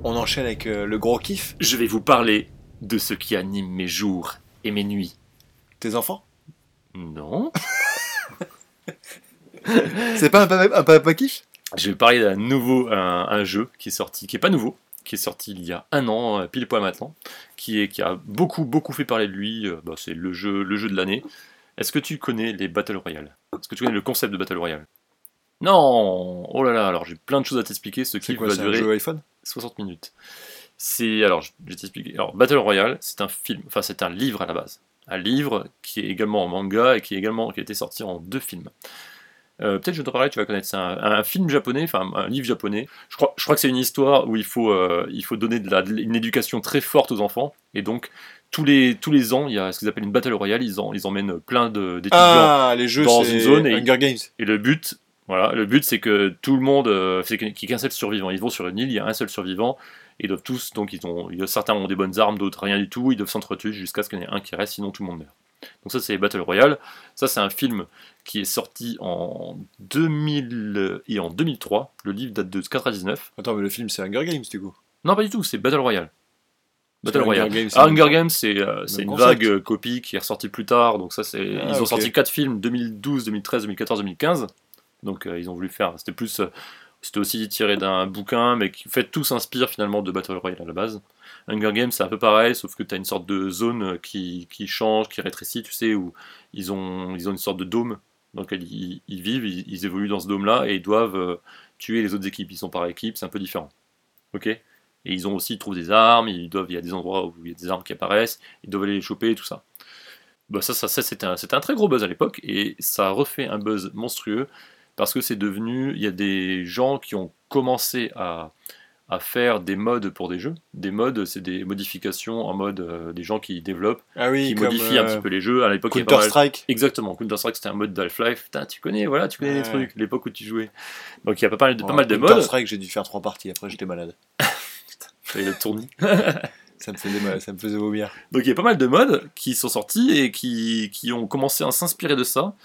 [SPEAKER 2] On enchaîne avec euh, le gros kiff.
[SPEAKER 1] Je vais vous parler de ce qui anime mes jours et mes nuits.
[SPEAKER 2] Tes enfants
[SPEAKER 1] Non.
[SPEAKER 2] C'est pas un papa, un papa kiff
[SPEAKER 1] Je vais parler d'un nouveau un, un jeu qui est sorti, qui est pas nouveau, qui est sorti il y a un an, euh, pile poil maintenant, qui est qui a beaucoup beaucoup fait parler de lui. euh, bah, c'est le jeu le jeu de l'année. Est-ce que tu connais les battle royale Est-ce que tu connais le concept de battle royale Non. Oh là là. Alors j'ai plein de choses à t'expliquer. Ce
[SPEAKER 2] C'est
[SPEAKER 1] qui
[SPEAKER 2] quoi
[SPEAKER 1] va
[SPEAKER 2] C'est un
[SPEAKER 1] durer
[SPEAKER 2] jeu iPhone
[SPEAKER 1] 60 minutes. C'est alors je je vais t'expliquer. Alors Battle Royale, c'est un film, enfin c'est un livre à la base, un livre qui est également en manga et qui est également qui a été sorti en deux films. Euh, Peut-être je te parlais, tu vas connaître. C'est un, un film japonais, enfin un livre japonais. Je crois, je crois que c'est une histoire où il faut, euh, il faut donner de la- de l- une éducation très forte aux enfants. Et donc, tous les, tous les ans, il y a ce qu'ils appellent une battle royale. Ils, en, ils emmènent plein de- d'étudiants.
[SPEAKER 2] Ah, les jeux,
[SPEAKER 1] dans
[SPEAKER 2] c'est
[SPEAKER 1] une zone et-
[SPEAKER 2] Hunger Games.
[SPEAKER 1] Et le but, voilà, le but c'est que tout le monde, euh, c'est qu'il n'y ait qu'un seul survivant. Ils vont sur une île, il y a un seul survivant, et ils doivent tous, donc ils ont, il y a- certains ont des bonnes armes, d'autres rien du tout, ils doivent s'entretuer jusqu'à ce qu'il y en ait un qui reste, sinon tout le monde meurt. Donc ça c'est Battle Royale. Ça c'est un film qui est sorti en 2000 et en 2003. Le livre date de 99.
[SPEAKER 2] Attends, mais le film, c'est Hunger Games, du coup.
[SPEAKER 1] Non pas du tout, c'est Battle Royale. Battle
[SPEAKER 2] Parce que Hunger
[SPEAKER 1] Royale.
[SPEAKER 2] Games, hein. c'est
[SPEAKER 1] Ah,
[SPEAKER 2] même
[SPEAKER 1] Hunger
[SPEAKER 2] pas-
[SPEAKER 1] Games, c'est euh, c'est une
[SPEAKER 2] concept.
[SPEAKER 1] vague euh, copie qui est ressortie plus tard. Donc ça, c'est
[SPEAKER 2] Ah,
[SPEAKER 1] ils ont
[SPEAKER 2] ok.
[SPEAKER 1] sorti quatre films 2012, 2013, 2014, 2015. Donc euh, ils ont voulu faire. C'était plus, euh, c'était aussi tiré d'un bouquin, mais qui en fait tout s'inspire finalement de Battle Royale à la base. Hunger Games, c'est un peu pareil, sauf que tu as une sorte de zone euh, qui, qui change, qui rétrécit, tu sais, où ils ont ils ont une sorte de dôme dans lequel ils, ils vivent, ils, ils évoluent dans ce dôme-là et ils doivent euh, tuer les autres équipes. Ils sont par équipe, c'est un peu différent. Ok. Et ils ont aussi, ils trouvent des armes, ils doivent, il y a des endroits où il y a des armes qui apparaissent, ils doivent aller les choper et tout ça. Bah ça, ça, ça c'était un, c'était un très gros buzz à l'époque et ça a refait un buzz monstrueux parce que c'est devenu, il y a des gens qui ont commencé à, à faire des modes pour des jeux. Des modes, c'est des modifications en mode euh, des gens qui développent,
[SPEAKER 2] Ah oui,
[SPEAKER 1] qui
[SPEAKER 2] comme
[SPEAKER 1] modifient un petit peu les jeux. À l'époque, il y avait pas mal-
[SPEAKER 2] Counter-Strike.
[SPEAKER 1] Exactement, Counter-Strike c'était un mode d'Half-Life. Putain, Tu connais, voilà, tu connais les
[SPEAKER 2] Ouais.
[SPEAKER 1] trucs, l'époque où tu jouais. Donc il y a pas mal de, pas
[SPEAKER 2] Ouais,
[SPEAKER 1] mal de modes.
[SPEAKER 2] Counter-Strike, j'ai dû faire trois parties, après j'étais malade.
[SPEAKER 1] Et le tournis.
[SPEAKER 2] Ça me faisait, mal- ça me faisait vomir.
[SPEAKER 1] Donc il y a pas mal de modes qui sont sortis et qui, qui ont commencé à s'inspirer de ça.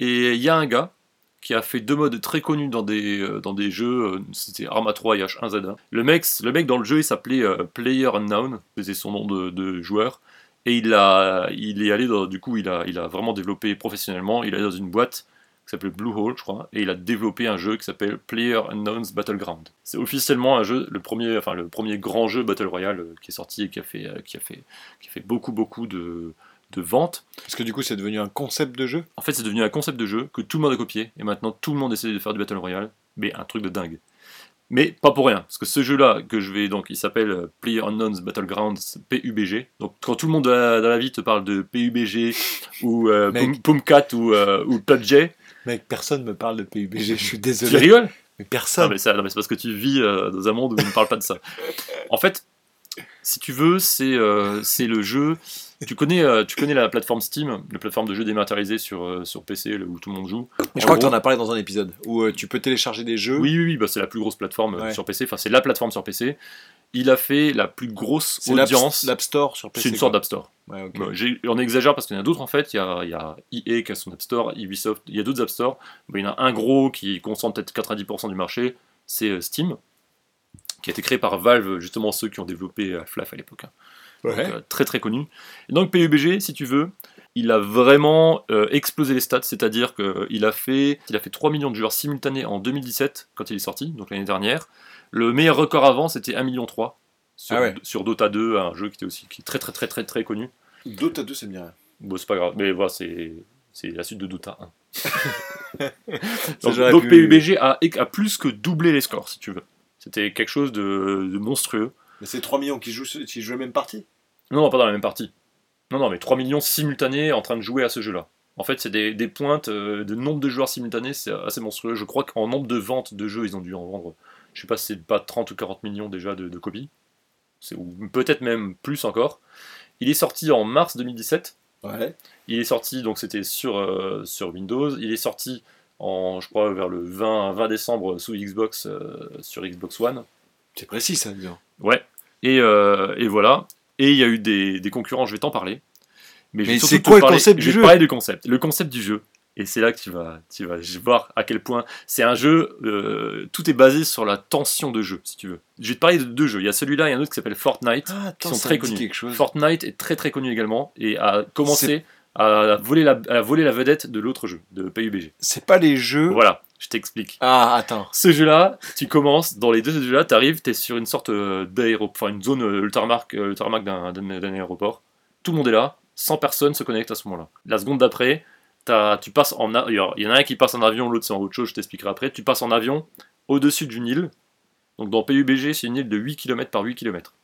[SPEAKER 1] Et il y a un gars qui a fait deux modes très connus dans des, euh, dans des jeux, euh, c'était Arma 3 et H1Z1. Le mec, le mec dans le jeu, il s'appelait euh, Player Unknown, c'était son nom de, de joueur. Et il, a, il est allé, dans- du coup, il a, il a vraiment développé professionnellement. Il est allé dans une boîte qui s'appelle Blue Hole, je crois, et il a développé un jeu qui s'appelle Player Unknown's Battleground. C'est officiellement un jeu, le premier, enfin, le premier grand jeu Battle Royale euh, qui est sorti et qui a fait, euh, qui a fait qui fait beaucoup beaucoup de, de ventes.
[SPEAKER 2] Parce que du coup, c'est devenu un concept de jeu.
[SPEAKER 1] En fait, c'est devenu un concept de jeu que tout le monde a copié, et maintenant tout le monde essaie de faire du Battle Royale, mais un truc de dingue. Mais pas pour rien, parce que ce jeu-là, que je vais donc, il s'appelle PlayerUnknown's Battlegrounds PUBG. Donc quand tout le monde dans la, dans la vie te parle de PUBG ou euh,
[SPEAKER 2] Mec.
[SPEAKER 1] Pum- Pumcat ou, euh, ou PUBG,
[SPEAKER 2] Mec, personne me parle de PUBG, je suis
[SPEAKER 1] tu
[SPEAKER 2] désolé.
[SPEAKER 1] rigoles
[SPEAKER 2] Mais
[SPEAKER 1] Non
[SPEAKER 2] personne.
[SPEAKER 1] Ah, mais, ça- non, mais c'est parce que tu vis euh, dans un monde où on ne parle pas de ça. En fait, si tu veux, c'est euh, c'est le jeu. Tu connais, euh, tu connais la plateforme Steam, la plateforme de jeux dématérialisés sur, euh, sur PC le- où tout le monde joue. En
[SPEAKER 2] Mais je crois que
[SPEAKER 1] gros-
[SPEAKER 2] t'en as parlé dans un épisode où euh, tu peux télécharger des jeux.
[SPEAKER 1] Oui, oui, oui, bah, c'est la plus grosse plateforme euh,
[SPEAKER 2] Ouais.
[SPEAKER 1] sur PC. Enfin, c'est la plateforme sur PC. Il a fait la plus grosse
[SPEAKER 2] c'est l'App-
[SPEAKER 1] audience.
[SPEAKER 2] l'App Store sur PC.
[SPEAKER 1] C'est une sorte
[SPEAKER 2] quoi.
[SPEAKER 1] d'App Store.
[SPEAKER 2] Ouais, ok.
[SPEAKER 1] Bah, j'ai- on exagère parce qu'il y en a d'autres en fait. Il y a, il y a EA qui a son App Store, Ubisoft, il y a d'autres App Store. Bah, il y en a un gros qui concentre peut-être 90% du marché, c'est euh, Steam, qui a été créé par Valve, justement ceux qui ont développé euh, Half-Life à l'époque. hein.
[SPEAKER 2] Ouais.
[SPEAKER 1] Donc, euh, très très connu. Et donc PUBG, si tu veux, il a vraiment euh, explosé les stats, c'est-à-dire qu'il a, fait- il a fait 3 millions de joueurs simultanés en 2017 quand il est sorti, donc l'année dernière. Le meilleur record avant, c'était 1,3 million sur,
[SPEAKER 2] Ah ouais.
[SPEAKER 1] sur Dota 2, un jeu qui était aussi qui est très très très très très connu.
[SPEAKER 2] Dota 2, c'est bien.
[SPEAKER 1] Bon, c'est pas grave, mais voilà, c'est, c'est la suite de Dota 1.
[SPEAKER 2] [LAUGHS] Ça,
[SPEAKER 1] donc,
[SPEAKER 2] j'aurais
[SPEAKER 1] donc
[SPEAKER 2] pu-
[SPEAKER 1] PUBG a, a plus que doublé les scores, si tu veux. C'était quelque chose de, de monstrueux.
[SPEAKER 2] Mais c'est 3 millions qui jouent, qui jouent la même partie.
[SPEAKER 1] Non, non, pas dans la même partie. Non, non, mais 3 millions simultanés en train de jouer à ce jeu-là. En fait, c'est des, des pointes euh, de nombre de joueurs simultanés, c'est assez monstrueux. Je crois qu'en nombre de ventes de jeux, ils ont dû en vendre, je sais pas si c'est pas 30 ou 40 millions déjà de, de copies. C'est, ou peut-être même plus encore. Il est sorti en mars 2017.
[SPEAKER 2] Ouais.
[SPEAKER 1] Il est sorti, donc c'était sur, euh, sur Windows. Il est sorti, en, je crois, vers le 20, 20 décembre sous Xbox, euh, sur Xbox One.
[SPEAKER 2] C'est précis, ça, disons.
[SPEAKER 1] Ouais. Et, euh, et voilà. Et il y a eu des, des concurrents, je vais t'en parler. je vais
[SPEAKER 2] Mais
[SPEAKER 1] surtout
[SPEAKER 2] c'est
[SPEAKER 1] te
[SPEAKER 2] quoi le
[SPEAKER 1] parler-
[SPEAKER 2] concept
[SPEAKER 1] je
[SPEAKER 2] du
[SPEAKER 1] vais te
[SPEAKER 2] jeu
[SPEAKER 1] parler du concept. Le concept du jeu. Et c'est là que tu vas, tu vas voir à quel point c'est un jeu. euh, tout est basé sur la tension de jeu, si tu veux. Je vais te parler de deux jeux. Il y a celui-là et un autre qui s'appelle Fortnite.
[SPEAKER 2] Ah, attends,
[SPEAKER 1] Ils sont
[SPEAKER 2] ça
[SPEAKER 1] très
[SPEAKER 2] me dit
[SPEAKER 1] connus.
[SPEAKER 2] quelque chose.
[SPEAKER 1] Fortnite est très très connu également et a commencé à voler, la, à voler la vedette de l'autre jeu, de PUBG.
[SPEAKER 2] C'est pas les jeux.
[SPEAKER 1] Voilà, je t'explique.
[SPEAKER 2] Ah, attends.
[SPEAKER 1] Ce jeu-là, tu commences, dans les deux jeux-là, tu arrives, tu es sur une sorte euh, d'aéroport, enfin une zone, euh, le tarmac, euh, le tarmac d'un d'un- d'un aéroport. Tout le monde est là, 100 personnes se connectent à ce moment-là. La seconde d'après, t'as- tu passes en a- il y a- il y en a un qui passe en avion, l'autre c'est en autre chose, je t'expliquerai après. Tu passes en avion au-dessus d'une île. Donc dans PUBG, c'est une île de 8 km par 8 km.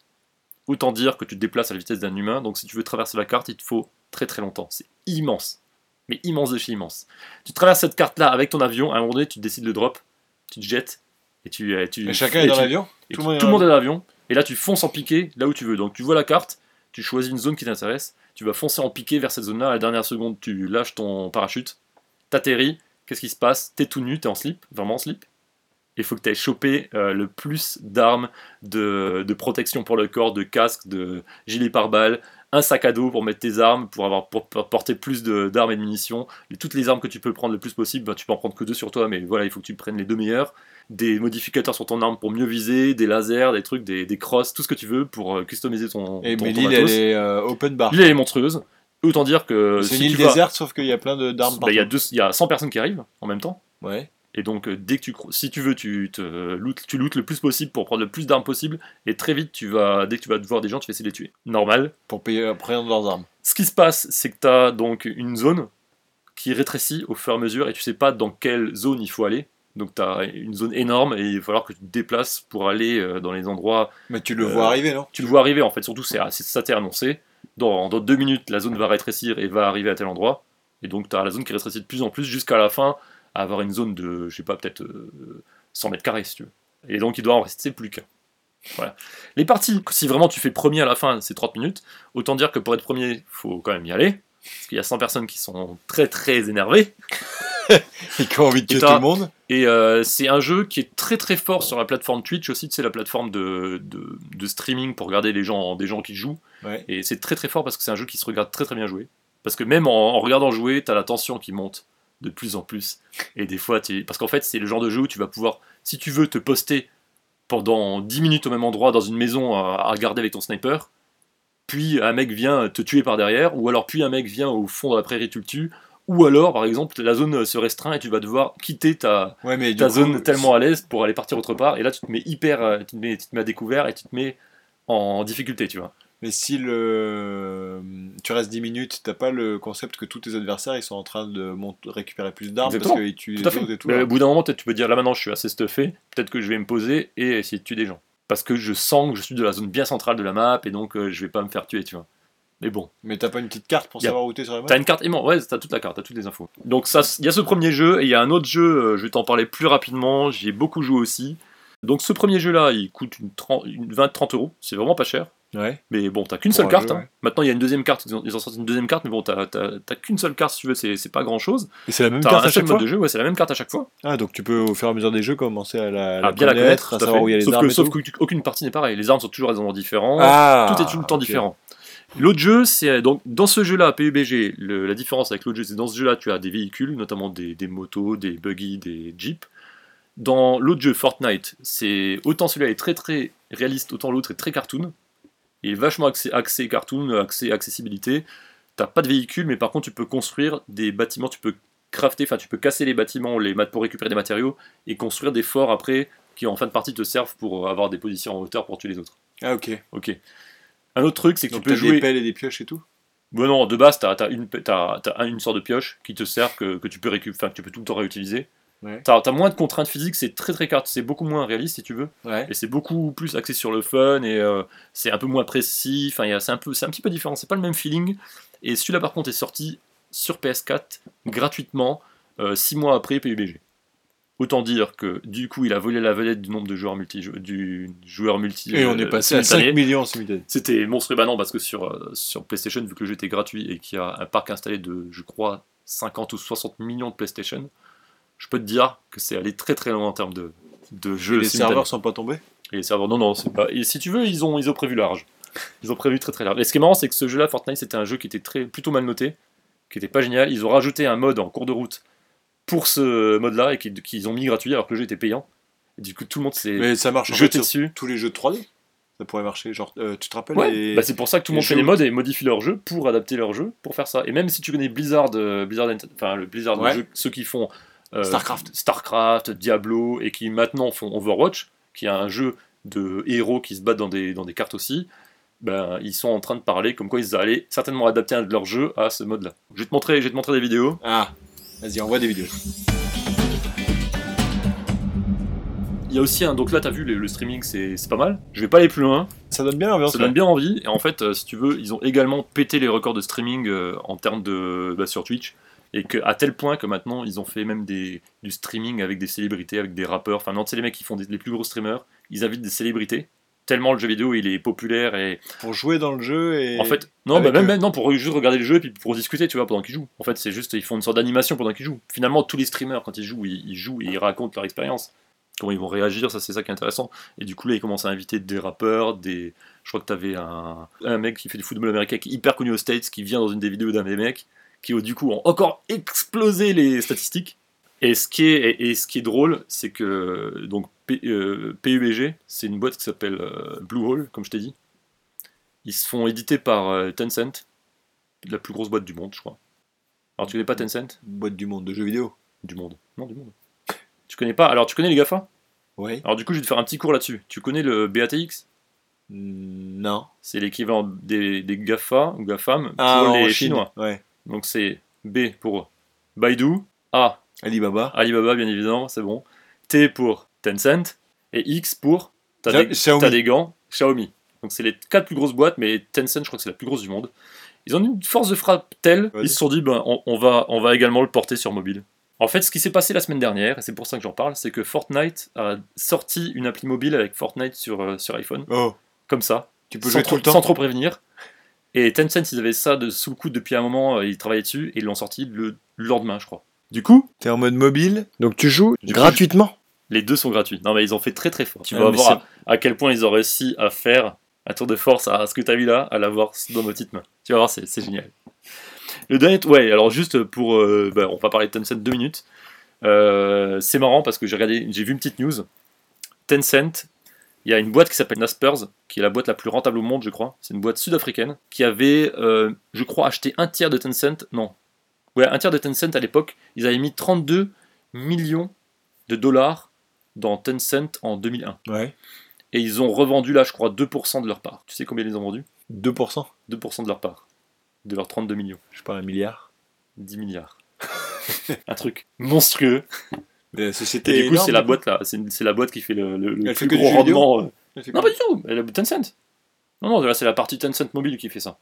[SPEAKER 1] Autant dire que tu te déplaces à la vitesse d'un humain, donc si tu veux traverser la carte, il te faut très très longtemps. C'est immense. mais immense de chez immense. Tu traverses cette carte-là avec ton avion, à un moment donné, tu décides de drop, tu te jettes, et tu. euh, tu
[SPEAKER 2] Et chacun est
[SPEAKER 1] et
[SPEAKER 2] dans
[SPEAKER 1] tu-
[SPEAKER 2] l'avion
[SPEAKER 1] et Tout,
[SPEAKER 2] Tout le monde est
[SPEAKER 1] tout
[SPEAKER 2] dans
[SPEAKER 1] le monde est dans l'avion, et là tu fonces en piqué là où tu veux. Donc tu vois la carte, tu choisis une zone qui t'intéresse, tu vas foncer en piqué vers cette zone-là, à la dernière seconde tu lâches ton parachute, t'atterris, qu'est-ce qui se passe T'es tout nu, t'es en slip, vraiment en slip. Il faut que tu aies chopé euh, le plus d'armes, de, de protection pour le corps, de casque, de gilet pare-balles, un sac à dos pour mettre tes armes, pour, avoir, pour, pour porter plus de- d'armes et de munitions. Et toutes les armes que tu peux prendre le plus possible, ben, tu peux en prendre que deux sur toi, mais voilà, il faut que tu prennes les deux meilleures des modificateurs sur ton arme pour mieux viser, des lasers, des trucs, des, des crosses, tout ce que tu veux pour euh, customiser ton,
[SPEAKER 2] Et
[SPEAKER 1] ton,
[SPEAKER 2] Eh, mais
[SPEAKER 1] ton
[SPEAKER 2] l'île, elle
[SPEAKER 1] matos.
[SPEAKER 2] est euh, open bar.
[SPEAKER 1] L'île, elle est monstrueuse. Autant dire que
[SPEAKER 2] C'est
[SPEAKER 1] euh, si
[SPEAKER 2] une île
[SPEAKER 1] tu vas-
[SPEAKER 2] déserte, sauf qu'il y a plein de- d'armes
[SPEAKER 1] bah, il y a
[SPEAKER 2] partout.
[SPEAKER 1] deux- il y a 100 personnes qui arrivent en même temps.
[SPEAKER 2] Ouais.
[SPEAKER 1] Et donc, euh, dès que tu, cro- si tu veux, tu te loot, tu lootes le plus possible pour prendre le plus d'armes possible. Et très vite, tu vas, dès que tu vas voir des gens, tu vas essayer de les tuer. Normal.
[SPEAKER 2] Pour payer, euh, prendre leurs armes.
[SPEAKER 1] Ce qui se passe, c'est que tu as donc une zone qui rétrécit au fur et à mesure et tu sais pas dans quelle zone il faut aller. Donc tu as une zone énorme et il va falloir que tu te déplaces pour aller euh, dans les endroits.
[SPEAKER 2] Mais tu le
[SPEAKER 1] Euh,
[SPEAKER 2] vois arriver, [LAUGHS] non
[SPEAKER 1] Tu le vois arriver en fait, surtout c'est c'est- ça t'est annoncé. Dans, dans deux minutes, la zone va rétrécir et va arriver à tel endroit. Et donc tu as la zone qui rétrécit de plus en plus jusqu'à la fin, à avoir une zone de, je sais pas, peut-être euh, 100 mètres carrés si tu veux. Et donc il doit en rester plus qu'un. Voilà. Les parties, si vraiment tu fais premier à la fin, c'est 30 minutes. Autant dire que pour être premier, faut quand même y aller. Parce qu'il y a 100 personnes qui sont très très énervées.
[SPEAKER 2] Et qui ont envie de tuer tout
[SPEAKER 1] t'as-
[SPEAKER 2] le monde
[SPEAKER 1] Et euh, c'est un jeu qui est très très fort sur la plateforme Twitch aussi, c'est la plateforme de, de, de streaming pour regarder les gens, des gens qui jouent.
[SPEAKER 2] Ouais.
[SPEAKER 1] Et c'est très très fort parce que c'est un jeu qui se regarde très très bien jouer. Parce que même en, en regardant jouer, t'as la tension qui monte de plus en plus. Et des fois, t'es- parce qu'en fait, c'est le genre de jeu où tu vas pouvoir, si tu veux, te poster pendant 10 minutes au même endroit dans une maison à, à regarder avec ton sniper. Puis un mec vient te tuer par derrière, ou alors puis un mec vient au fond de la prairie, tu le tues. Ou alors, par exemple, la zone se restreint et tu vas devoir quitter ta,
[SPEAKER 2] Ouais, mais du
[SPEAKER 1] ta
[SPEAKER 2] coup,
[SPEAKER 1] zone tellement à l'aise pour aller partir autre part et là tu te mets hyper euh, tu te mets, tu te mets à découvert et tu te mets en difficulté tu vois
[SPEAKER 2] Mais si le... tu restes 10 minutes, t'as pas le concept que tous tes adversaires ils sont en train de mont- récupérer plus d'armes parce
[SPEAKER 1] Exactement.
[SPEAKER 2] qu'ils tuent
[SPEAKER 1] tout à
[SPEAKER 2] les
[SPEAKER 1] fait
[SPEAKER 2] autres et tout.
[SPEAKER 1] Mais
[SPEAKER 2] là.
[SPEAKER 1] au bout d'un moment peut-être tu peux dire là maintenant je suis assez stuffé peut-être que je vais me poser et essayer de tuer des gens parce que je sens que je suis de la zone bien centrale de la map et donc euh, je vais pas me faire tuer tu vois mais bon
[SPEAKER 2] Mais t'as pas une petite carte pour
[SPEAKER 1] Y a-
[SPEAKER 2] savoir où t'es sur la map
[SPEAKER 1] T'as une carte aimant, ouais, t'as toute la carte, t'as toutes les infos. Donc ça, il y a ce premier jeu, et il y a un autre jeu, euh, je vais t'en parler plus rapidement, j'y ai beaucoup joué aussi. Donc ce premier jeu-là, il coûte une, 30 une 20-30 euros, c'est vraiment pas cher.
[SPEAKER 2] Ouais.
[SPEAKER 1] Mais bon, t'as qu'une
[SPEAKER 2] Pour
[SPEAKER 1] seule
[SPEAKER 2] un
[SPEAKER 1] carte.
[SPEAKER 2] jeu,
[SPEAKER 1] hein.
[SPEAKER 2] ouais.
[SPEAKER 1] Maintenant, il y a une deuxième carte. Ils ont, ils ont sorti une deuxième carte, mais bon, t'as, t'as- t'as qu'une seule carte si tu veux. C'est, c'est pas grand chose.
[SPEAKER 2] Et c'est la même
[SPEAKER 1] T'as
[SPEAKER 2] carte
[SPEAKER 1] un
[SPEAKER 2] à
[SPEAKER 1] seul
[SPEAKER 2] chaque
[SPEAKER 1] mode
[SPEAKER 2] fois
[SPEAKER 1] de jeu. Ouais, c'est la même carte à chaque fois.
[SPEAKER 2] Ah, donc tu peux au fur et à mesure des jeux commencer à la,
[SPEAKER 1] Ah, bien la connaître.
[SPEAKER 2] à
[SPEAKER 1] tout à
[SPEAKER 2] savoir
[SPEAKER 1] fait.
[SPEAKER 2] où il y a les
[SPEAKER 1] sauf
[SPEAKER 2] armes.
[SPEAKER 1] que,
[SPEAKER 2] et
[SPEAKER 1] sauf
[SPEAKER 2] tout.
[SPEAKER 1] qu'aucune partie n'est pareille. Les armes sont toujours à des endroits différents.
[SPEAKER 2] Ah,
[SPEAKER 1] Tout est tout le temps
[SPEAKER 2] ok.
[SPEAKER 1] différent. L'autre jeu, c'est donc dans ce jeu-là, PUBG, le- la différence avec l'autre jeu, c'est dans ce jeu-là, tu as des véhicules, notamment des, des motos, des buggy, des jeeps. Dans l'autre jeu, Fortnite, c'est autant celui-là est très très réaliste, autant l'autre est très cartoon. Il est vachement axé, axé cartoon, axé accessibilité. T'as pas de véhicule, mais par contre, tu peux construire des bâtiments, tu peux crafter, enfin, tu peux casser les bâtiments les mat- pour récupérer des matériaux et construire des forts après qui en fin de partie te servent pour avoir des positions en hauteur pour tuer les autres.
[SPEAKER 2] Ah, ok.
[SPEAKER 1] Ok. Un autre truc, c'est que
[SPEAKER 2] Donc
[SPEAKER 1] tu peux
[SPEAKER 2] t'as
[SPEAKER 1] jouer.
[SPEAKER 2] des pelles et des pioches et tout
[SPEAKER 1] Bon, non, de base, t'as as une, pe- t'as- t'as un- une sorte de pioche qui te sert, que, que tu peux récup... enfin, que tu peux tout le temps réutiliser.
[SPEAKER 2] Ouais.
[SPEAKER 1] T'as as moins de contraintes physiques, c'est très très carte, c'est beaucoup moins réaliste si tu veux,
[SPEAKER 2] Ouais.
[SPEAKER 1] et c'est beaucoup plus axé sur le fun et euh, c'est un peu moins précis. Enfin, il y a- c'est un peu, c'est un petit peu différent, c'est pas le même feeling. Et celui-là, par contre, est sorti sur PS4 gratuitement 6 mois après PUBG. Autant dire que du coup, il a volé la vedette du nombre de joueurs multi, du joueur multi.
[SPEAKER 2] Et on
[SPEAKER 1] euh,
[SPEAKER 2] est passé à 5
[SPEAKER 1] simultané.
[SPEAKER 2] millions simultanés.
[SPEAKER 1] C'était monstrueux, bah non, parce que sur, euh, sur PlayStation, vu que le jeu était gratuit et qu'il y a un parc installé de, je crois, 50 ou 60 millions de PlayStation, je peux te dire que c'est allé très très loin en termes de, de
[SPEAKER 2] Et
[SPEAKER 1] jeux.
[SPEAKER 2] les
[SPEAKER 1] simultanés.
[SPEAKER 2] serveurs sont pas tombés
[SPEAKER 1] Et les serveurs, non, non, c'est pas. Et si tu veux, ils ont, ils ont prévu large. Ils ont prévu très très large. Et ce qui est marrant, c'est que ce jeu-là, Fortnite, c'était un jeu qui était très, plutôt mal noté, qui était pas génial. Ils ont rajouté un mode en cours de route pour ce mode-là et qui- qu'ils ont mis gratuit alors que le jeu était payant. Et du coup, tout le monde s'est
[SPEAKER 2] Mais ça marche en fait,
[SPEAKER 1] jeté
[SPEAKER 2] sur
[SPEAKER 1] dessus.
[SPEAKER 2] tous les jeux de 3D. Ça pourrait marcher. Genre, euh, tu te rappelles
[SPEAKER 1] Ouais,
[SPEAKER 2] les-
[SPEAKER 1] bah c'est pour ça que tout le
[SPEAKER 2] les
[SPEAKER 1] monde fait
[SPEAKER 2] jeux-
[SPEAKER 1] des modes et modifie leur jeu pour adapter leur jeu pour faire ça. Et même si tu connais Blizzard, euh, Blizzard Ent- enfin le Blizzard, le
[SPEAKER 2] Ouais.
[SPEAKER 1] jeu- ceux qui font euh,
[SPEAKER 2] Starcraft.
[SPEAKER 1] Starcraft, Diablo et qui maintenant font Overwatch, qui est un jeu de héros qui se battent dans des, dans des cartes aussi, ben, ils sont en train de parler comme quoi ils allaient certainement adapter un de leurs jeux à ce mode-là. Je vais te montrer, je vais te montrer des vidéos.
[SPEAKER 2] Ah, vas-y, envoie des vidéos.
[SPEAKER 1] Il y a aussi un, donc là t'as vu le, le streaming, c'est c'est pas mal. Je vais pas aller plus loin.
[SPEAKER 2] Ça donne bien l'ambiance.
[SPEAKER 1] Ça
[SPEAKER 2] ouais.
[SPEAKER 1] donne bien envie. Et en fait, euh, si tu veux, ils ont également pété les records de streaming euh, en termes de bah, sur Twitch. Et que, à tel point que maintenant, ils ont fait même des, du streaming avec des célébrités, avec des rappeurs. Enfin, non, c'est les mecs qui font des- les plus gros streamers, ils invitent des célébrités. Tellement le jeu vidéo il est populaire et
[SPEAKER 2] Pour jouer dans le jeu et.
[SPEAKER 1] en fait non
[SPEAKER 2] avec
[SPEAKER 1] bah, même,
[SPEAKER 2] eux.
[SPEAKER 1] même- non pour juste regarder le jeu et puis pour discuter tu vois pendant qu'ils jouent en fait c'est juste ils font une sorte d'animation pendant qu'ils jouent finalement tous les streamers quand ils jouent ils, ils jouent et ils racontent leur expérience comment ils vont réagir ça c'est ça qui est intéressant et du coup là ils commencent à inviter des rappeurs des je crois que t'avais un un mec qui fait du football américain qui est hyper connu aux States qui vient dans une des vidéos d'un des mecs qui oh, du coup ont encore explosé les statistiques et ce qui est, et, et ce qui est drôle, c'est que donc, P- euh, PUBG, c'est une boîte qui s'appelle euh, Blue Hole, comme je t'ai dit. Ils se font éditer par euh, Tencent, la plus grosse boîte du monde, je crois. Alors tu connais
[SPEAKER 2] Mm.
[SPEAKER 1] pas Tencent
[SPEAKER 2] Boîte du monde de jeux vidéo.
[SPEAKER 1] Du monde. Non, du monde. Tu connais pas Alors tu connais les GAFA
[SPEAKER 2] Oui.
[SPEAKER 1] Alors du coup, je vais te faire un petit cours là-dessus. Tu connais le BATX
[SPEAKER 2] Mm, Non. Ah,
[SPEAKER 1] C'est l'équivalent des, des GAFA ou GAFAM pour
[SPEAKER 2] en
[SPEAKER 1] les
[SPEAKER 2] Chine.
[SPEAKER 1] Chinois.
[SPEAKER 2] Ouais.
[SPEAKER 1] Donc c'est B pour Baidu, A
[SPEAKER 2] Alibaba.
[SPEAKER 1] Alibaba, bien évidemment, c'est bon. T pour Tencent. Et X pour. T'as des,
[SPEAKER 2] Xiaomi.
[SPEAKER 1] t'as des gants, Xiaomi. Donc c'est les quatre plus grosses boîtes, mais Tencent, je crois que c'est la plus grosse du monde. Ils ont une force de frappe telle,
[SPEAKER 2] Vas-y.
[SPEAKER 1] ils se sont dit, ben, on, on va, on va également le porter sur mobile. En fait, ce qui s'est passé la semaine dernière, et c'est pour ça que j'en parle, c'est que Fortnite a sorti une appli mobile avec Fortnite sur, euh, sur iPhone,
[SPEAKER 2] Oh.
[SPEAKER 1] comme ça
[SPEAKER 2] Tu peux
[SPEAKER 1] sans,
[SPEAKER 2] jouer
[SPEAKER 1] trop,
[SPEAKER 2] tout le temps.
[SPEAKER 1] sans trop prévenir. Et Tencent, ils avaient ça de, sous le coude depuis un moment, euh, ils travaillaient dessus et ils l'ont sorti le lendemain, je crois. Du coup,
[SPEAKER 2] T'es en mode mobile, donc tu joues
[SPEAKER 1] Du coup,
[SPEAKER 2] gratuitement.
[SPEAKER 1] les deux sont gratuits. Non, mais ils ont fait très très fort. Tu
[SPEAKER 2] Ah,
[SPEAKER 1] vas
[SPEAKER 2] mais
[SPEAKER 1] voir à, à quel point ils ont réussi à faire un tour de force à ce que tu as vu là, à l'avoir dans nos petites mains. Tu vas voir, c'est c'est génial. Le dernier, ouais, alors juste pour. euh, bah, on va parler de Tencent deux minutes. Euh, c'est marrant parce que j'ai regardé, j'ai vu une petite news. Tencent, il y a une boîte qui s'appelle Naspers, qui est la boîte la plus rentable au monde, je crois. C'est une boîte sud-africaine qui avait, euh, je crois, acheté un tiers de Tencent. Non. Ouais, un tiers de Tencent à l'époque. Ils avaient mis 32 millions de dollars dans Tencent en 2001.
[SPEAKER 2] Ouais.
[SPEAKER 1] Et ils ont revendu là, je crois, 2% de leur part. Tu sais combien ils ont vendu
[SPEAKER 2] 2%.
[SPEAKER 1] 2% de leur part. De leurs 32 millions.
[SPEAKER 2] Je parle un milliard.
[SPEAKER 1] 10 milliards. [LAUGHS] un truc monstrueux.
[SPEAKER 2] Mais la
[SPEAKER 1] Et,
[SPEAKER 2] société.
[SPEAKER 1] du coup, c'est la boîte là. C'est c'est la boîte qui fait le, le- le
[SPEAKER 2] Elle fait
[SPEAKER 1] plus
[SPEAKER 2] que du
[SPEAKER 1] gros
[SPEAKER 2] jeu vidéo
[SPEAKER 1] rendement. euh. Non,
[SPEAKER 2] boîte.
[SPEAKER 1] pas du tout. Elle a Tencent. Non, non, là, c'est la partie Tencent mobile qui fait ça.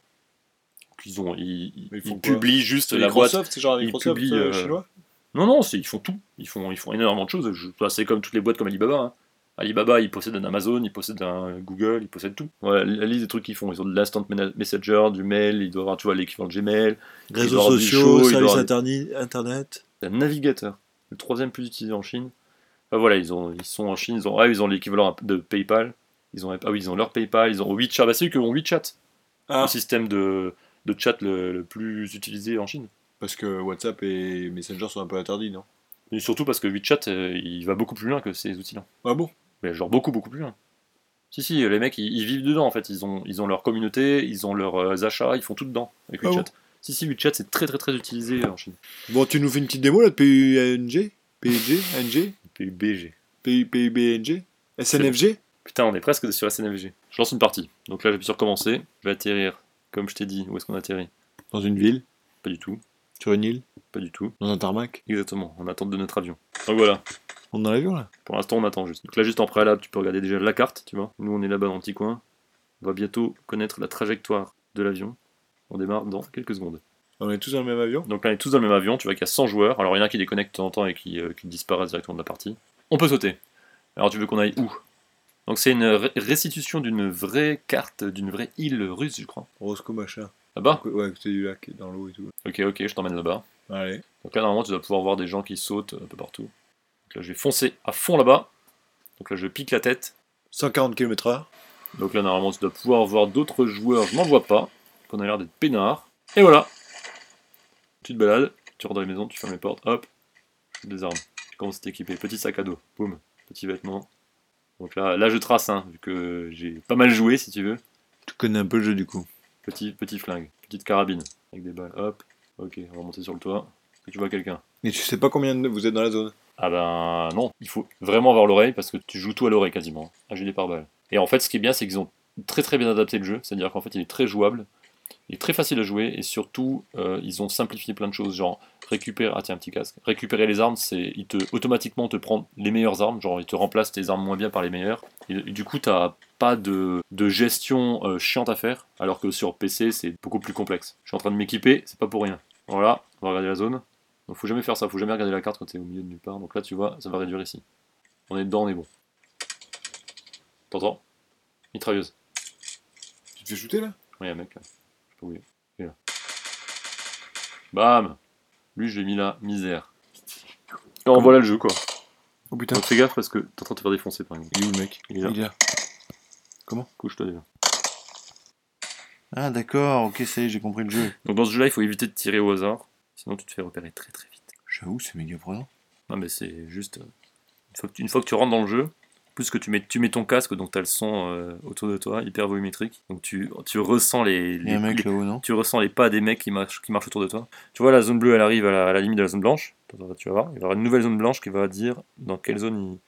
[SPEAKER 1] Ils, ont, ils, ils-
[SPEAKER 2] Mais ils
[SPEAKER 1] ils
[SPEAKER 2] font quoi
[SPEAKER 1] publient juste la boîte.
[SPEAKER 2] Microsoft, c'est genre
[SPEAKER 1] ils
[SPEAKER 2] Microsoft
[SPEAKER 1] publient,
[SPEAKER 2] euh,
[SPEAKER 1] euh,
[SPEAKER 2] chinois.
[SPEAKER 1] Non, non, c'est- ils font tout. Ils font, ils font énormément de choses. Je- bah, c'est comme toutes les boîtes comme Alibaba. hein. Alibaba, ils possèdent un Amazon, ils possèdent un Google, ils possèdent tout. Ouais, la liste des trucs qu'ils font, ils ont de l'instant mena- messenger, du mail, ils doivent avoir, tu vois, l'équivalent de Gmail, Réseaux doivent avoir du sociaux, show, ils services doivent-
[SPEAKER 2] internet.
[SPEAKER 1] un navigateur, le troisième plus utilisé en Chine. Enfin, voilà, ils, ont, ils sont en Chine, ils ont, ah, ils ont l'équivalent de PayPal. Ils ont, ah oui, ils ont leur PayPal, ils ont WeChat. Bah, c'est eux qui ont WeChat,
[SPEAKER 2] Ah.
[SPEAKER 1] le système de, de chat le- le plus utilisé en Chine.
[SPEAKER 2] Parce que WhatsApp et Messenger sont un peu interdits, non
[SPEAKER 1] Et surtout parce que WeChat, euh, il va beaucoup plus loin que ces outils-là.
[SPEAKER 2] Ah bon
[SPEAKER 1] Mais genre beaucoup, beaucoup plus loin. Si, si, les mecs, ils, ils vivent dedans en fait. Ils ont, ils ont leur communauté, ils ont leurs euh, achats, ils font tout dedans avec
[SPEAKER 2] Ah
[SPEAKER 1] WeChat.
[SPEAKER 2] bon
[SPEAKER 1] Si, si, WeChat, c'est très, très, très utilisé euh, en Chine.
[SPEAKER 2] Bon, tu nous fais une petite démo là de PUNG PUG NG
[SPEAKER 1] PUBG.
[SPEAKER 2] PU- PUBNG SNFG
[SPEAKER 1] Putain, on est presque sur la SNFG. Je lance une partie. Donc là, j'appuie sur commencer. Je vais atterrir. Comme je t'ai dit, où est-ce qu'on atterrit
[SPEAKER 2] Dans une ville,
[SPEAKER 1] Pas du tout.
[SPEAKER 2] sur une île,
[SPEAKER 1] Pas du tout.
[SPEAKER 2] dans un tarmac.
[SPEAKER 1] Exactement. En attente de notre avion. Donc voilà.
[SPEAKER 2] On est dans l'avion là
[SPEAKER 1] Pour l'instant, on attend juste. Donc là, juste en préalable, tu peux regarder déjà la carte, tu vois. Nous, on est là-bas dans le petit coin. On va bientôt connaître la trajectoire de l'avion. On démarre dans quelques secondes.
[SPEAKER 2] On est tous dans le même avion
[SPEAKER 1] Donc là, on est tous dans le même avion, tu vois qu'il y a 100 joueurs. Alors il y en a qui déconnectent de temps en temps et qui, euh, qui disparaissent directement de la partie. On peut sauter. Alors tu veux qu'on aille où Donc c'est une ré- restitution d'une vraie carte, d'une vraie île russe, je crois.
[SPEAKER 2] Roscoe machin.
[SPEAKER 1] Là-bas
[SPEAKER 2] Ouais, à côté du lac, dans l'eau et tout.
[SPEAKER 1] Ok, ok, je t'emmène là-bas.
[SPEAKER 2] Allez.
[SPEAKER 1] Donc là, normalement, tu dois pouvoir voir des gens qui sautent un peu partout. Donc là, je vais foncer à fond là-bas. Donc là, je pique la tête.
[SPEAKER 2] 140 km/h.
[SPEAKER 1] Donc là, normalement, tu dois pouvoir voir d'autres joueurs. Je m'en vois pas. Qu'on a l'air d'être peinards. Et voilà. Tu te balades, tu rentres dans les maisons, tu fermes les portes, hop, tu te désarmes. Tu commences à t'équiper. Petit sac à dos, boum, petit vêtement. Donc là, là je trace, hein, vu que j'ai pas mal joué, si tu veux.
[SPEAKER 2] Tu connais un peu le jeu du coup.
[SPEAKER 1] Petit, petit flingue, petite carabine, avec des balles, hop. Ok, on va monter sur le toit. Est-ce que tu vois quelqu'un
[SPEAKER 2] Et tu sais pas combien de- vous êtes dans la zone
[SPEAKER 1] Ah ben non, il faut vraiment avoir l'oreille parce que tu joues tout à l'oreille quasiment, un gilet pare-balles. Et en fait, ce qui est bien, c'est qu'ils ont très très bien adapté le jeu, c'est-à-dire qu'en fait, il est très jouable, il est très facile à jouer et surtout, euh, ils ont simplifié plein de choses, genre récupérer, ah tiens, un petit casque, récupérer les armes, c'est il te automatiquement te prend les meilleures armes, genre il te remplace tes armes moins bien par les meilleures. Et, du coup, t'as pas de, de gestion euh, chiante à faire, alors que sur PC, c'est beaucoup plus complexe. Je suis en train de m'équiper, c'est pas pour rien. Voilà, on va regarder la zone. Donc faut jamais faire ça, faut jamais regarder la carte quand t'es au milieu de nulle part. Donc là tu vois, ça va réduire ici. On est dedans, on est bon. T'entends Mitrailleuse.
[SPEAKER 2] Tu te fais shooter là
[SPEAKER 1] Ouais, y a un mec là. Je peux oublier. Il est là. Bam Lui je l'ai mis là, misère. Alors voilà le jeu quoi.
[SPEAKER 2] Oh putain.
[SPEAKER 1] Donc fais gaffe parce que t'es en train de te faire défoncer par exemple.
[SPEAKER 2] Il est où le mec
[SPEAKER 1] Il est là.
[SPEAKER 2] est là.
[SPEAKER 1] Couche-toi déjà.
[SPEAKER 2] Ah d'accord, ok, ça y est, j'ai compris le jeu.
[SPEAKER 1] Donc dans ce jeu-là, il faut éviter de tirer au hasard, sinon tu te fais repérer très très vite.
[SPEAKER 2] J'avoue, c'est méga prenant.
[SPEAKER 1] Non mais c'est juste, euh, une fois, que tu, une fois que tu rentres dans le jeu, plus que tu mets, tu mets ton casque, donc tu as le son euh, autour de toi, hyper volumétrique, donc tu, tu ressens les,
[SPEAKER 2] Il y a
[SPEAKER 1] les,
[SPEAKER 2] un mec
[SPEAKER 1] les-
[SPEAKER 2] là-haut, non
[SPEAKER 1] tu ressens les pas des mecs qui marchent, qui marchent autour de toi. Tu vois, la zone bleue, elle arrive à la, à la limite de la zone blanche, Attends, tu vas voir, il va y avoir une nouvelle zone blanche qui va dire dans quelle zone il,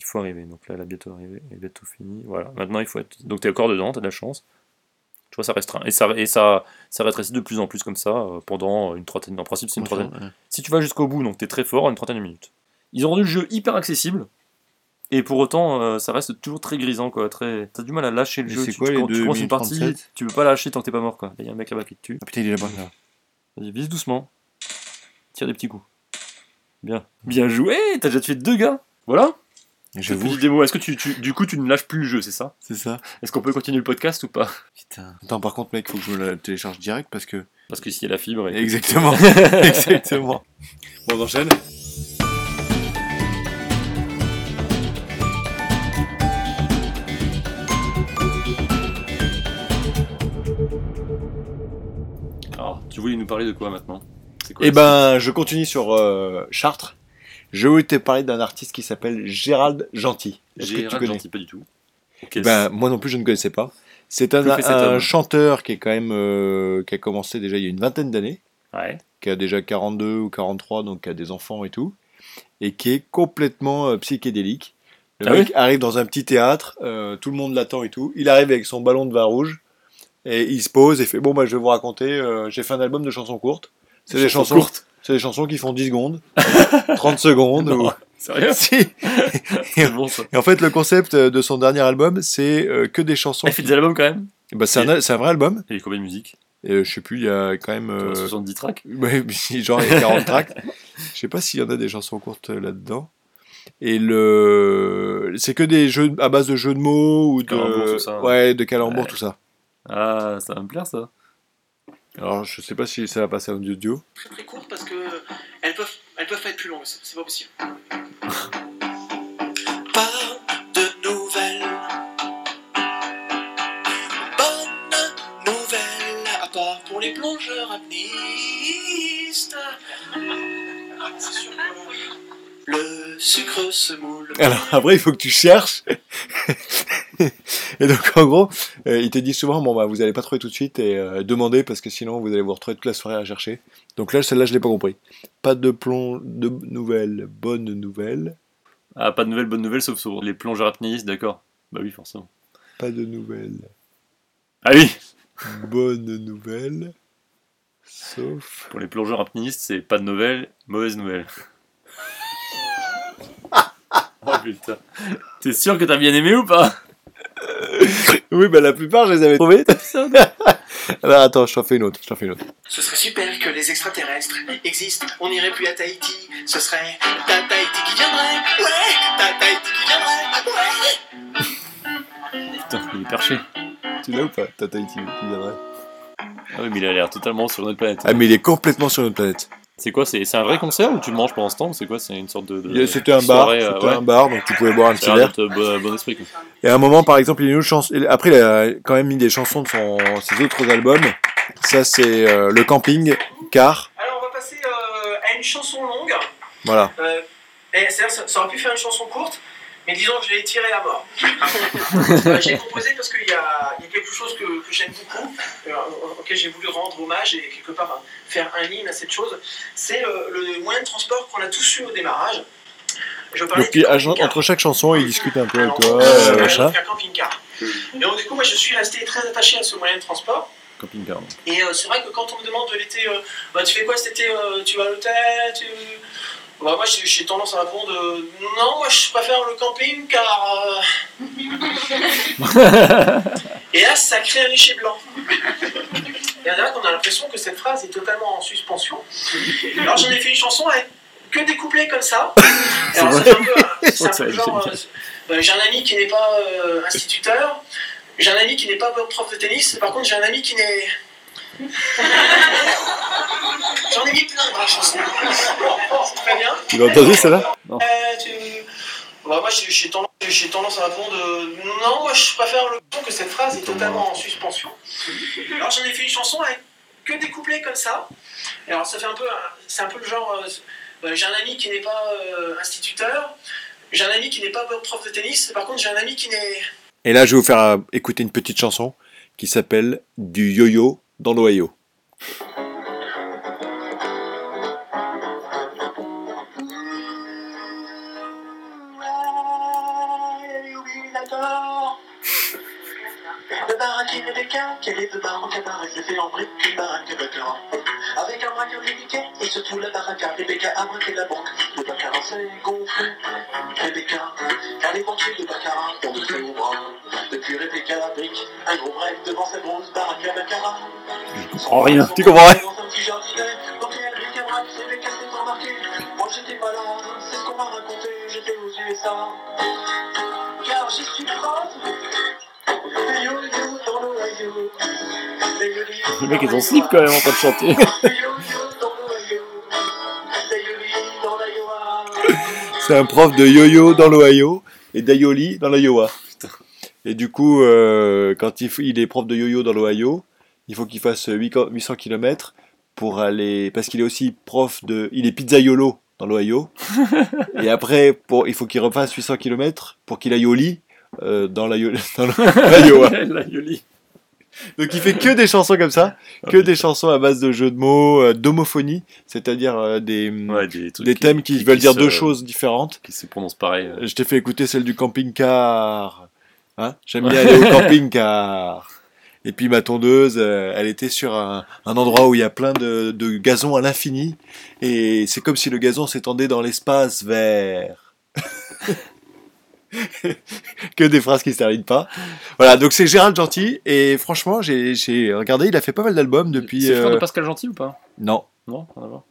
[SPEAKER 1] il faut arriver. Donc là, elle a bientôt arrivé, elle est bientôt finie, voilà. Maintenant, il faut être... Donc tu es encore dedans, tu as de la chance. Tu vois, ça restreint. Et ça, et ça, ça rétrécit de plus en plus comme ça euh, pendant une trentaine. En principe, c'est une trentaine.
[SPEAKER 2] Ouais.
[SPEAKER 1] Si tu vas jusqu'au bout, donc t'es très fort en une trentaine de minutes. Ils ont rendu le jeu hyper accessible. Et pour autant, euh, ça reste toujours très grisant, quoi. Très... T'as du mal à lâcher le
[SPEAKER 2] Et
[SPEAKER 1] jeu.
[SPEAKER 2] c'est
[SPEAKER 1] tu,
[SPEAKER 2] quoi, les
[SPEAKER 1] quand tu
[SPEAKER 2] deux
[SPEAKER 1] commences une
[SPEAKER 2] minutes
[SPEAKER 1] partie,
[SPEAKER 2] 37?
[SPEAKER 1] tu peux pas lâcher tant que t'es pas mort, quoi. Là, y a un mec là-bas qui te tue.
[SPEAKER 2] Ah putain, il est là-bas. Là.
[SPEAKER 1] Vas-y, vise doucement. Tire des petits coups. Bien. Bien joué T'as déjà tué deux gars Voilà
[SPEAKER 2] Et
[SPEAKER 1] J'ai
[SPEAKER 2] J'avoue,
[SPEAKER 1] vous des mots. Est-ce que tu, tu- du coup, tu ne lâches plus le jeu, c'est ça
[SPEAKER 2] c'est ça.
[SPEAKER 1] Est-ce qu'on peut continuer le podcast ou pas
[SPEAKER 2] Putain. Attends, par contre, mec, faut que je le télécharge direct parce que.
[SPEAKER 1] Parce qu'ici, il y a la fibre. Et...
[SPEAKER 2] [LAUGHS] Exactement. Exactement. Bon, on enchaîne.
[SPEAKER 1] Alors, tu voulais nous parler de quoi maintenant C'est quoi
[SPEAKER 2] Eh ben, je continue sur euh, Chartres. Je voulais te parler d'un artiste qui s'appelle Gérald Gentil. Est-ce que tu
[SPEAKER 1] Gérard
[SPEAKER 2] connais
[SPEAKER 1] Gentil, pas du tout. Ok,
[SPEAKER 2] ben, Moi non plus, je ne connaissais pas. C'est un,
[SPEAKER 1] Que fait cet
[SPEAKER 2] un
[SPEAKER 1] homme
[SPEAKER 2] chanteur qui est quand même euh, qui a commencé déjà il y a une vingtaine d'années,
[SPEAKER 1] Ouais.
[SPEAKER 2] qui a déjà 42 ou 43, donc qui a des enfants et tout, et qui est complètement euh, psychédélique. Le
[SPEAKER 1] Ah
[SPEAKER 2] mec arrive dans un petit théâtre, euh, tout le monde l'attend et tout. Il arrive avec son ballon de vin rouge et il se pose et fait bon bah je vais vous raconter. euh, J'ai fait un album de chansons courtes. C'est des chansons, c'est des chansons qui font
[SPEAKER 1] [LAUGHS]
[SPEAKER 2] 10 secondes, 30 secondes.
[SPEAKER 1] Non.
[SPEAKER 2] ou-
[SPEAKER 1] Sérieux
[SPEAKER 2] [LAUGHS] Si.
[SPEAKER 1] [LAUGHS] C'est bon ça.
[SPEAKER 2] Et en fait, le concept euh, de son dernier album, c'est euh, que des chansons.
[SPEAKER 1] Elle fait des albums quand même
[SPEAKER 2] Bah, c'est un, al- c'est un vrai album.
[SPEAKER 1] Il y a combien de musique
[SPEAKER 2] Euh, je sais plus, il y a quand même. euh,
[SPEAKER 1] 70 tracks
[SPEAKER 2] ouais, [LAUGHS] mais genre, il y a 40 tracks. Je sais pas s'il y en a des chansons courtes euh, là-dedans. Et le. C'est que des jeux à base de jeux de mots ou de.
[SPEAKER 1] Calembours, tout ça.
[SPEAKER 2] hein. Ouais, de calembours, tout ça.
[SPEAKER 1] Ah, ça va me plaire ça.
[SPEAKER 2] Alors, je sais pas si ça va passer en audio.
[SPEAKER 3] très très courtes parce que euh, elles peuvent elles peuvent pas être plus longues, c'est c'est pas possible. Pas de nouvelles. Bonne nouvelle à part pour les plongeurs apnéistes. C'est sûr que- Le sucre se moule.
[SPEAKER 2] [LAUGHS] Alors après, il faut que tu cherches. [LAUGHS] et donc en gros, euh, il te dit souvent, bon bah vous allez pas trouver tout de suite et euh, demandez parce que sinon vous allez vous retrouver toute la soirée à chercher. Donc là, celle-là, je l'ai pas compris. Pas de plomb, de nouvelles, bonnes nouvelles,
[SPEAKER 1] Ah, pas de nouvelles, bonnes nouvelles sauf sur les plongeurs apnéistes, d'accord. Bah oui, forcément.
[SPEAKER 2] pas de nouvelles,
[SPEAKER 1] Ah oui
[SPEAKER 2] bonnes nouvelles, sauf.
[SPEAKER 1] Pour les plongeurs apnéistes, c'est pas de nouvelles, [LAUGHS] mauvaise nouvelle. oh putain. T'es sûr que t'as bien aimé ou pas
[SPEAKER 2] Oui, bah la plupart, je les avais trouvées. [LAUGHS] Alors attends, je t'en fais une autre, je t'en fais une autre.
[SPEAKER 3] Ce serait super que les extraterrestres existent. On n'irait plus à Tahiti. Ce serait ta Tahiti qui viendrait. Ouais, ta Tahiti qui viendrait. Ouais.
[SPEAKER 1] Putain, il est perché.
[SPEAKER 2] Tu l'as ou pas T'as Tahiti qui viendrait.
[SPEAKER 1] Ah oui, mais il a l'air totalement sur notre planète.
[SPEAKER 2] Ah mais il est complètement sur notre planète.
[SPEAKER 1] C'est quoi C'est c'est un vrai concert ou tu manges pendant ce temps ou C'est quoi C'est une sorte de. de-
[SPEAKER 2] Il y a- C'était un bar,
[SPEAKER 1] soirée, euh,
[SPEAKER 2] c'était
[SPEAKER 1] ouais.
[SPEAKER 2] un bar, donc tu pouvais boire un
[SPEAKER 1] Ça
[SPEAKER 2] petit
[SPEAKER 1] a
[SPEAKER 2] verre.
[SPEAKER 1] l'air d'être,
[SPEAKER 3] Bah,
[SPEAKER 1] euh, bon esprit quoi.
[SPEAKER 2] Et à un moment, par exemple, il y a une autre chanson. Après, il a quand même mis des chansons de son... ses autres albums. Ça, c'est euh, Le Camping, Car.
[SPEAKER 3] Alors on va passer euh, à une chanson longue.
[SPEAKER 2] Voilà.
[SPEAKER 3] Euh, et c'est-à-dire, ça, ça aurait pu faire une chanson courte, mais disons que je l'ai tirée à mort. [LAUGHS] Euh, j'ai composé parce qu'il y a, il y a quelque chose que, que j'aime beaucoup, euh, auquel j'ai voulu rendre hommage et quelque part euh, faire un ligne à cette chose. C'est euh, le moyen de transport qu'on a tous eu au démarrage. Je parlais
[SPEAKER 2] Donc,
[SPEAKER 3] du
[SPEAKER 2] il- à- entre
[SPEAKER 3] camping-car.
[SPEAKER 2] chaque chanson, il discute un peu avec toi,
[SPEAKER 3] Alors,
[SPEAKER 2] euh,
[SPEAKER 3] euh,
[SPEAKER 2] machin.
[SPEAKER 3] un camping-car. Et donc, du coup, moi, je suis resté très attaché à ce moyen de transport.
[SPEAKER 1] Camping-car. donc.
[SPEAKER 3] Et euh, c'est vrai que quand on me demande l'été, euh, bah, tu fais quoi cet été euh, Tu vas à l'hôtel tu- Bah, Moi, j'ai j'ai tendance à répondre euh, non, moi je préfère le camping car. euh, Et là, ça crée un léché blanc. Et là, on a l'impression que cette phrase est totalement en suspension. Alors j'en ai fait une chanson avec que des couplets comme
[SPEAKER 1] [LAUGHS]
[SPEAKER 3] ça. Alors
[SPEAKER 1] vrai.
[SPEAKER 3] c'est un peu, un-
[SPEAKER 1] [LAUGHS]
[SPEAKER 3] c'est un
[SPEAKER 1] Ça,
[SPEAKER 3] peu genre,
[SPEAKER 1] c'est
[SPEAKER 3] euh, ben, j'ai un ami qui n'est pas euh, instituteur, j'ai un ami qui n'est pas prof de tennis, par contre j'ai un ami qui n'est... J'en ai mis plein dans la chanson. C'est très bien.
[SPEAKER 2] Tu l'as entendu celle-là
[SPEAKER 3] Euh, tu- Bah, moi, j'ai- j'ai tendance, j'ai tendance à répondre euh, non, moi je préfère le ton que cette phrase est totalement en suspension. Alors j'en ai fait une chanson avec que des couplets comme ça. Et Alors ça fait un peu, un- c'est un peu le genre, euh, euh, j'ai un ami qui n'est pas euh, instituteur, j'ai un ami qui n'est pas prof de tennis, par contre j'ai un ami qui n'est.
[SPEAKER 2] Et là, je vais vous faire euh, écouter une petite chanson qui s'appelle Du yo-yo dans l'Ohio.
[SPEAKER 3] Ouais, oui, d'accord. Le baraquet de Pékin, quel est le baron cabaret C'est fait en brique, une baraque de Pékin. Avec un braqueur des piquets, et surtout la baraque à Rebecca a braqué la banque. Le baccarat s'est gonflé, Rebecca, car les banquiers de baccarat ont de très gros bras. Depuis Rebecca la brique, un gros break devant sa grosse baraque à baccarat. Je
[SPEAKER 2] comprends rien. Tu comprends
[SPEAKER 3] comprends
[SPEAKER 2] rien.
[SPEAKER 3] dans un petit jardinet. Dans quel bric à brac, c'est les cassettes embarquées. Moi j'étais pas là, c'est ce qu'on m'a raconté, j'étais aux USA. Car j'y suis prof. Des yo-yo dans l'Ohio. Des yo-yo
[SPEAKER 1] Les mecs, ils
[SPEAKER 3] dans
[SPEAKER 1] ont slip
[SPEAKER 3] l'Iowa.
[SPEAKER 1] quand même en train de chanter.
[SPEAKER 3] Des yo-yo dans l'Ohio. Des yo-yo dans l'Iowa.
[SPEAKER 2] C'est un prof de yo-yo dans l'Ohio et d'ayoli dans l'Iowa. Et du coup, euh, quand il, f- il est prof de yo-yo dans l'Ohio, il faut qu'il fasse 800 km pour aller. Parce qu'il est aussi prof de. Il est pizzaiolo dans l'Ohio. et après, pour, il faut qu'il refasse 800 km pour qu'il aille au lit euh, dans l'Io- [LAUGHS] dans
[SPEAKER 1] [LAUGHS]
[SPEAKER 2] l'Iowa.
[SPEAKER 1] La Yoli.
[SPEAKER 2] Donc il fait que des chansons comme ça, que des chansons à base de jeux de mots, euh, d'homophonie, c'est-à-dire euh, des,
[SPEAKER 1] Ouais, des, trucs
[SPEAKER 2] des thèmes qui, veulent dire deux choses différentes.
[SPEAKER 1] euh, Qui se prononcent pareil. euh.
[SPEAKER 2] Euh, Je t'ai fait écouter celle du camping-car. Hein
[SPEAKER 1] [LAUGHS]
[SPEAKER 2] J'aime bien aller au camping-car. Et puis ma tondeuse, euh, elle était sur un, un endroit où il y a plein de, de gazon à l'infini. Et c'est comme si le gazon s'étendait dans l'espace vert. [LAUGHS] que des phrases qui ne se terminent pas. Voilà, donc c'est Gérald Gentil. Et franchement, j'ai j'ai regardé, il a fait pas mal d'albums depuis...
[SPEAKER 1] C'est le frère de
[SPEAKER 2] euh,
[SPEAKER 1] Pascal Gentil ou pas
[SPEAKER 2] Non,
[SPEAKER 1] Non, rien à voir.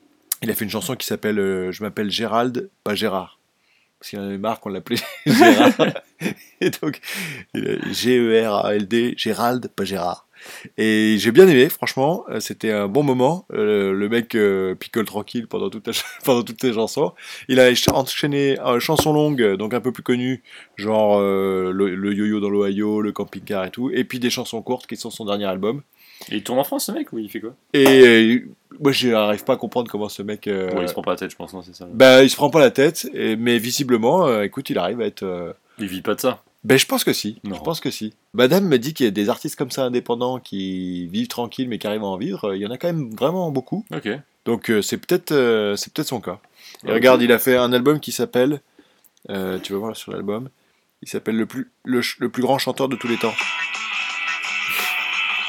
[SPEAKER 2] il a fait une chanson qui s'appelle euh, Je m'appelle Gérald, pas Gérard. Parce qu'il en avait marre qu'on l'appelait [LAUGHS] Gérard. Et donc, il a- G-E-R-A-L-D, Gérald, pas Gérard. Et j'ai bien aimé, franchement, euh, c'était un bon moment. Euh, le mec euh, picole tranquille pendant, toute la ch- [LAUGHS] pendant toutes ses chansons. Il a écha- enchaîné euh, chansons longues, euh, donc un peu plus connues, genre euh, le, le yo-yo dans l'Ohio, le camping-car et tout. Et puis des chansons courtes qui sont son dernier album.
[SPEAKER 1] Et il tourne en France, ce mec, ou il fait quoi
[SPEAKER 2] Et euh, moi, je n'arrive pas à comprendre comment ce mec. euh,
[SPEAKER 1] Ouais, il se prend pas la tête, je pense, non, c'est ça.
[SPEAKER 2] bah, il se prend pas la tête, et- mais visiblement, euh, écoute, il arrive à être. euh,
[SPEAKER 1] Il vit pas de ça.
[SPEAKER 2] Ben, je pense que si.
[SPEAKER 1] Non.
[SPEAKER 2] Je pense que si. Madame me dit qu'il y a des artistes comme ça indépendants qui vivent tranquilles mais qui arrivent à en vivre. euh, Il y en a quand même vraiment beaucoup.
[SPEAKER 1] Ok.
[SPEAKER 2] Donc euh, c'est peut-être euh, c'est peut-être son cas. Et
[SPEAKER 1] Ouais.
[SPEAKER 2] regarde, il a fait un album qui s'appelle. euh, tu vas voir sur l'album. Il s'appelle le plus le, ch- le plus grand chanteur de tous les temps.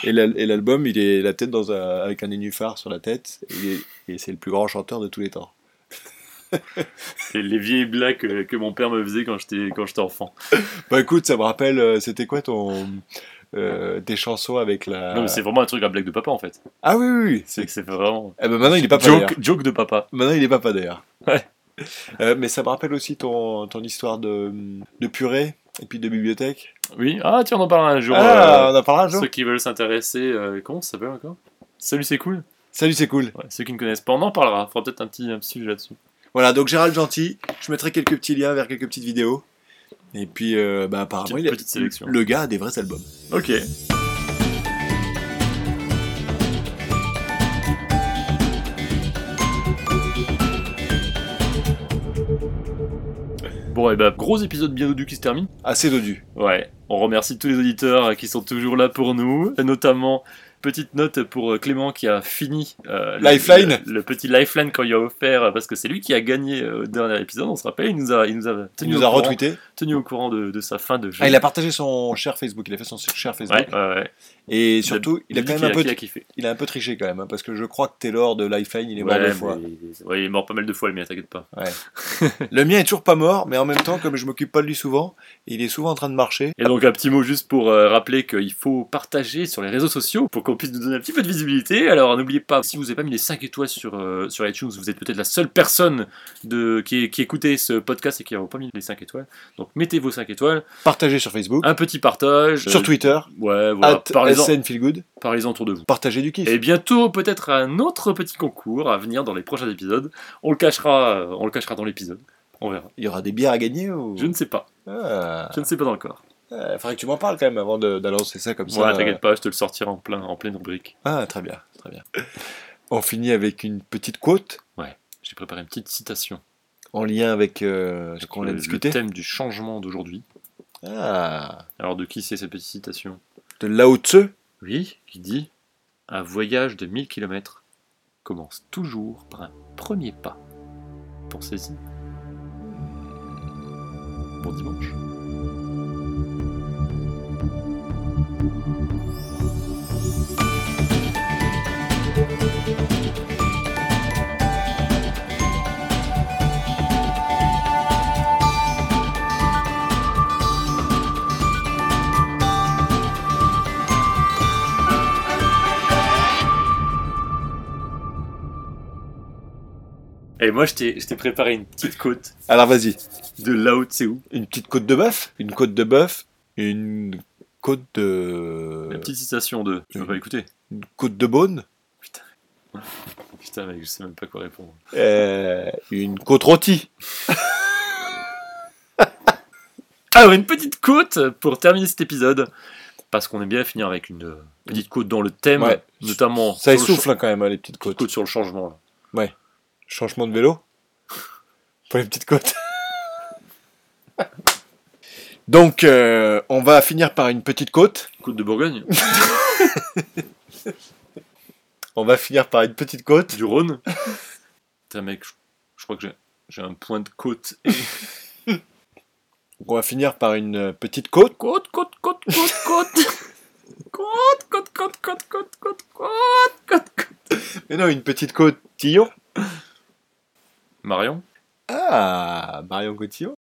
[SPEAKER 2] Et l'al- et l'album, il est la tête dans un- avec un nénuphar sur la tête. il est- et c'est le plus grand chanteur de tous les temps.
[SPEAKER 1] C'est les vieilles blagues que, que mon père me faisait quand j'étais quand j'étais enfant.
[SPEAKER 2] Bah écoute, ça me rappelle, euh, c'était quoi ton. euh, tes chansons avec la.
[SPEAKER 1] Non, mais c'est vraiment un truc à blague de papa en fait.
[SPEAKER 2] Ah oui, oui, oui.
[SPEAKER 1] C'est
[SPEAKER 2] C'est...
[SPEAKER 1] que c'est vraiment.
[SPEAKER 2] Eh ben maintenant il est papa d'ailleurs.
[SPEAKER 1] Joke, joke de papa.
[SPEAKER 2] Maintenant il est papa d'ailleurs.
[SPEAKER 1] Ouais.
[SPEAKER 2] Euh, mais ça me rappelle aussi ton, ton histoire de, de purée et puis de bibliothèque.
[SPEAKER 1] Oui. Ah, tiens, on en parlera un jour.
[SPEAKER 2] ah,
[SPEAKER 1] euh,
[SPEAKER 2] on en parlera un jour.
[SPEAKER 1] ceux qui veulent s'intéresser, euh, comment ça s'appelle encore Salut, c'est cool.
[SPEAKER 2] Salut, c'est cool.
[SPEAKER 1] Ouais, ceux qui ne connaissent pas, on en parlera. Fera peut-être un petit, un petit sujet là-dessus.
[SPEAKER 2] Voilà, donc Gérald Gentil, je mettrai quelques petits liens vers quelques petites vidéos. Et puis, euh, bah, apparemment,
[SPEAKER 1] Petite-
[SPEAKER 2] il a-
[SPEAKER 1] petite sélection.
[SPEAKER 2] le gars a des vrais albums.
[SPEAKER 1] Ok. Bon, et bah, gros épisode bien dodu qui se termine.
[SPEAKER 2] Assez dodu.
[SPEAKER 1] Ouais, on remercie tous les auditeurs euh, qui sont toujours là pour nous, et notamment petite note pour euh, Clément qui a fini euh, le-
[SPEAKER 2] Lifeline.
[SPEAKER 1] le, le petit lifeline qu'on lui a offert euh, parce que c'est lui qui a gagné euh, au dernier épisode, on se rappelle, il nous a il nous a
[SPEAKER 2] Il
[SPEAKER 1] tenu
[SPEAKER 2] nous
[SPEAKER 1] au
[SPEAKER 2] a
[SPEAKER 1] courant,
[SPEAKER 2] retweeté.
[SPEAKER 1] tenu au courant de, de sa fin de jeu.
[SPEAKER 2] Ah, il a partagé son cher Facebook. Il a fait son cher Facebook.
[SPEAKER 1] Ouais, ouais, ouais.
[SPEAKER 2] Et surtout, il a,
[SPEAKER 1] dit
[SPEAKER 2] quand même
[SPEAKER 1] qu'il
[SPEAKER 2] un peu,
[SPEAKER 1] qu'il a kiffé.
[SPEAKER 2] il a un peu triché quand même, hein, parce que je crois que Taylor de Lifeline, il est mort
[SPEAKER 1] Ouais,
[SPEAKER 2] deux
[SPEAKER 1] mais-
[SPEAKER 2] fois.
[SPEAKER 1] ouais, il est mort pas mal de fois, mais t'inquiète pas.
[SPEAKER 2] Le mien est toujours pas mort, mais en même temps, comme je m'occupe pas de lui souvent, il est souvent en train de marcher.
[SPEAKER 1] Et donc un petit mot juste pour euh, rappeler qu'il faut partager sur les réseaux sociaux pour qu'on puisse nous donner un petit peu de visibilité. Alors n'oubliez pas, si vous n'avez pas mis les 5 étoiles sur, euh, sur iTunes, vous êtes peut-être la seule personne de, qui, qui écoutait ce podcast et qui n'a pas mis les 5 étoiles. Donc mettez vos 5 étoiles,
[SPEAKER 2] Partagez sur Facebook,
[SPEAKER 1] un petit partage.
[SPEAKER 2] sur
[SPEAKER 1] euh,
[SPEAKER 2] Twitter,
[SPEAKER 1] Ah, Ouais, voilà.
[SPEAKER 2] at
[SPEAKER 1] Parlez-en
[SPEAKER 2] SN Feel Good.
[SPEAKER 1] parlez-en autour de vous.
[SPEAKER 2] Partagez du kiff.
[SPEAKER 1] Et bientôt, peut-être un autre petit concours à venir dans les prochains épisodes. On le cachera, euh, on le cachera dans l'épisode. On verra.
[SPEAKER 2] Il y aura des bières à gagner ou...
[SPEAKER 1] Je ne sais pas.
[SPEAKER 2] Ah,
[SPEAKER 1] Je ne sais pas encore.
[SPEAKER 2] euh, faudrait que tu m'en parles quand même avant de- d'annoncer ça comme ça.
[SPEAKER 1] Ouais, t'inquiète pas, je te le sortirai en plein, en pleine rubrique.
[SPEAKER 2] Ah, très bien, très bien. On finit avec une petite quote
[SPEAKER 1] J'ai préparé une petite citation.
[SPEAKER 2] en lien avec euh, ce qu'on
[SPEAKER 1] Le-
[SPEAKER 2] a discuté.
[SPEAKER 1] Le thème du changement d'aujourd'hui.
[SPEAKER 2] Ah,
[SPEAKER 1] Alors, de qui c'est cette petite citation
[SPEAKER 2] de Lao Tzu.
[SPEAKER 1] Oui, qui dit Un voyage de 1000 km commence toujours par un premier pas. Pensez-y. Bon dimanche. Et moi, je t'ai je t'ai préparé une petite côte
[SPEAKER 2] Alors vas-y,
[SPEAKER 1] de Lao Tzu.
[SPEAKER 2] une petite côte de bœuf, une côte de bœuf, une côte de...
[SPEAKER 1] Une petite citation de. Tu veux
[SPEAKER 2] Euh, oui.
[SPEAKER 1] pas écouter
[SPEAKER 2] une côte
[SPEAKER 1] [LAUGHS]
[SPEAKER 2] de bonne,
[SPEAKER 1] Putain, mec, je sais même pas quoi répondre.
[SPEAKER 2] euh, une côte rôtie.
[SPEAKER 1] Alors, une petite côte pour terminer cet épisode. Parce qu'on aime bien finir avec une euh, petite côte dans le thème,
[SPEAKER 2] Ouais.
[SPEAKER 1] notamment.
[SPEAKER 2] Ça
[SPEAKER 1] sur le
[SPEAKER 2] essouffle hein, quand même hein, les petites
[SPEAKER 1] cha-
[SPEAKER 2] côtes.
[SPEAKER 1] côte sur le changement. là.
[SPEAKER 2] Changement de vélo Pour les petites
[SPEAKER 1] [LAUGHS]
[SPEAKER 2] côtes. Donc, euh, on va finir par une petite côte.
[SPEAKER 1] Côte de Bourgogne,
[SPEAKER 2] On va finir par une petite côte.
[SPEAKER 1] du
[SPEAKER 2] [LAUGHS]
[SPEAKER 1] Rhône. Putain, mec, je, je crois que j'ai- j'ai un point de côte.
[SPEAKER 2] Donc, on va finir par une euh, petite côte.
[SPEAKER 1] Côte, côte, côte, côte, côte.
[SPEAKER 2] [LAUGHS]
[SPEAKER 1] Côte, côte, côte, côte, côte, côte, côte, côte, côte.
[SPEAKER 2] Mais non, une petite côte Tillon.
[SPEAKER 1] Marion
[SPEAKER 2] Ah, Marion Cotillon.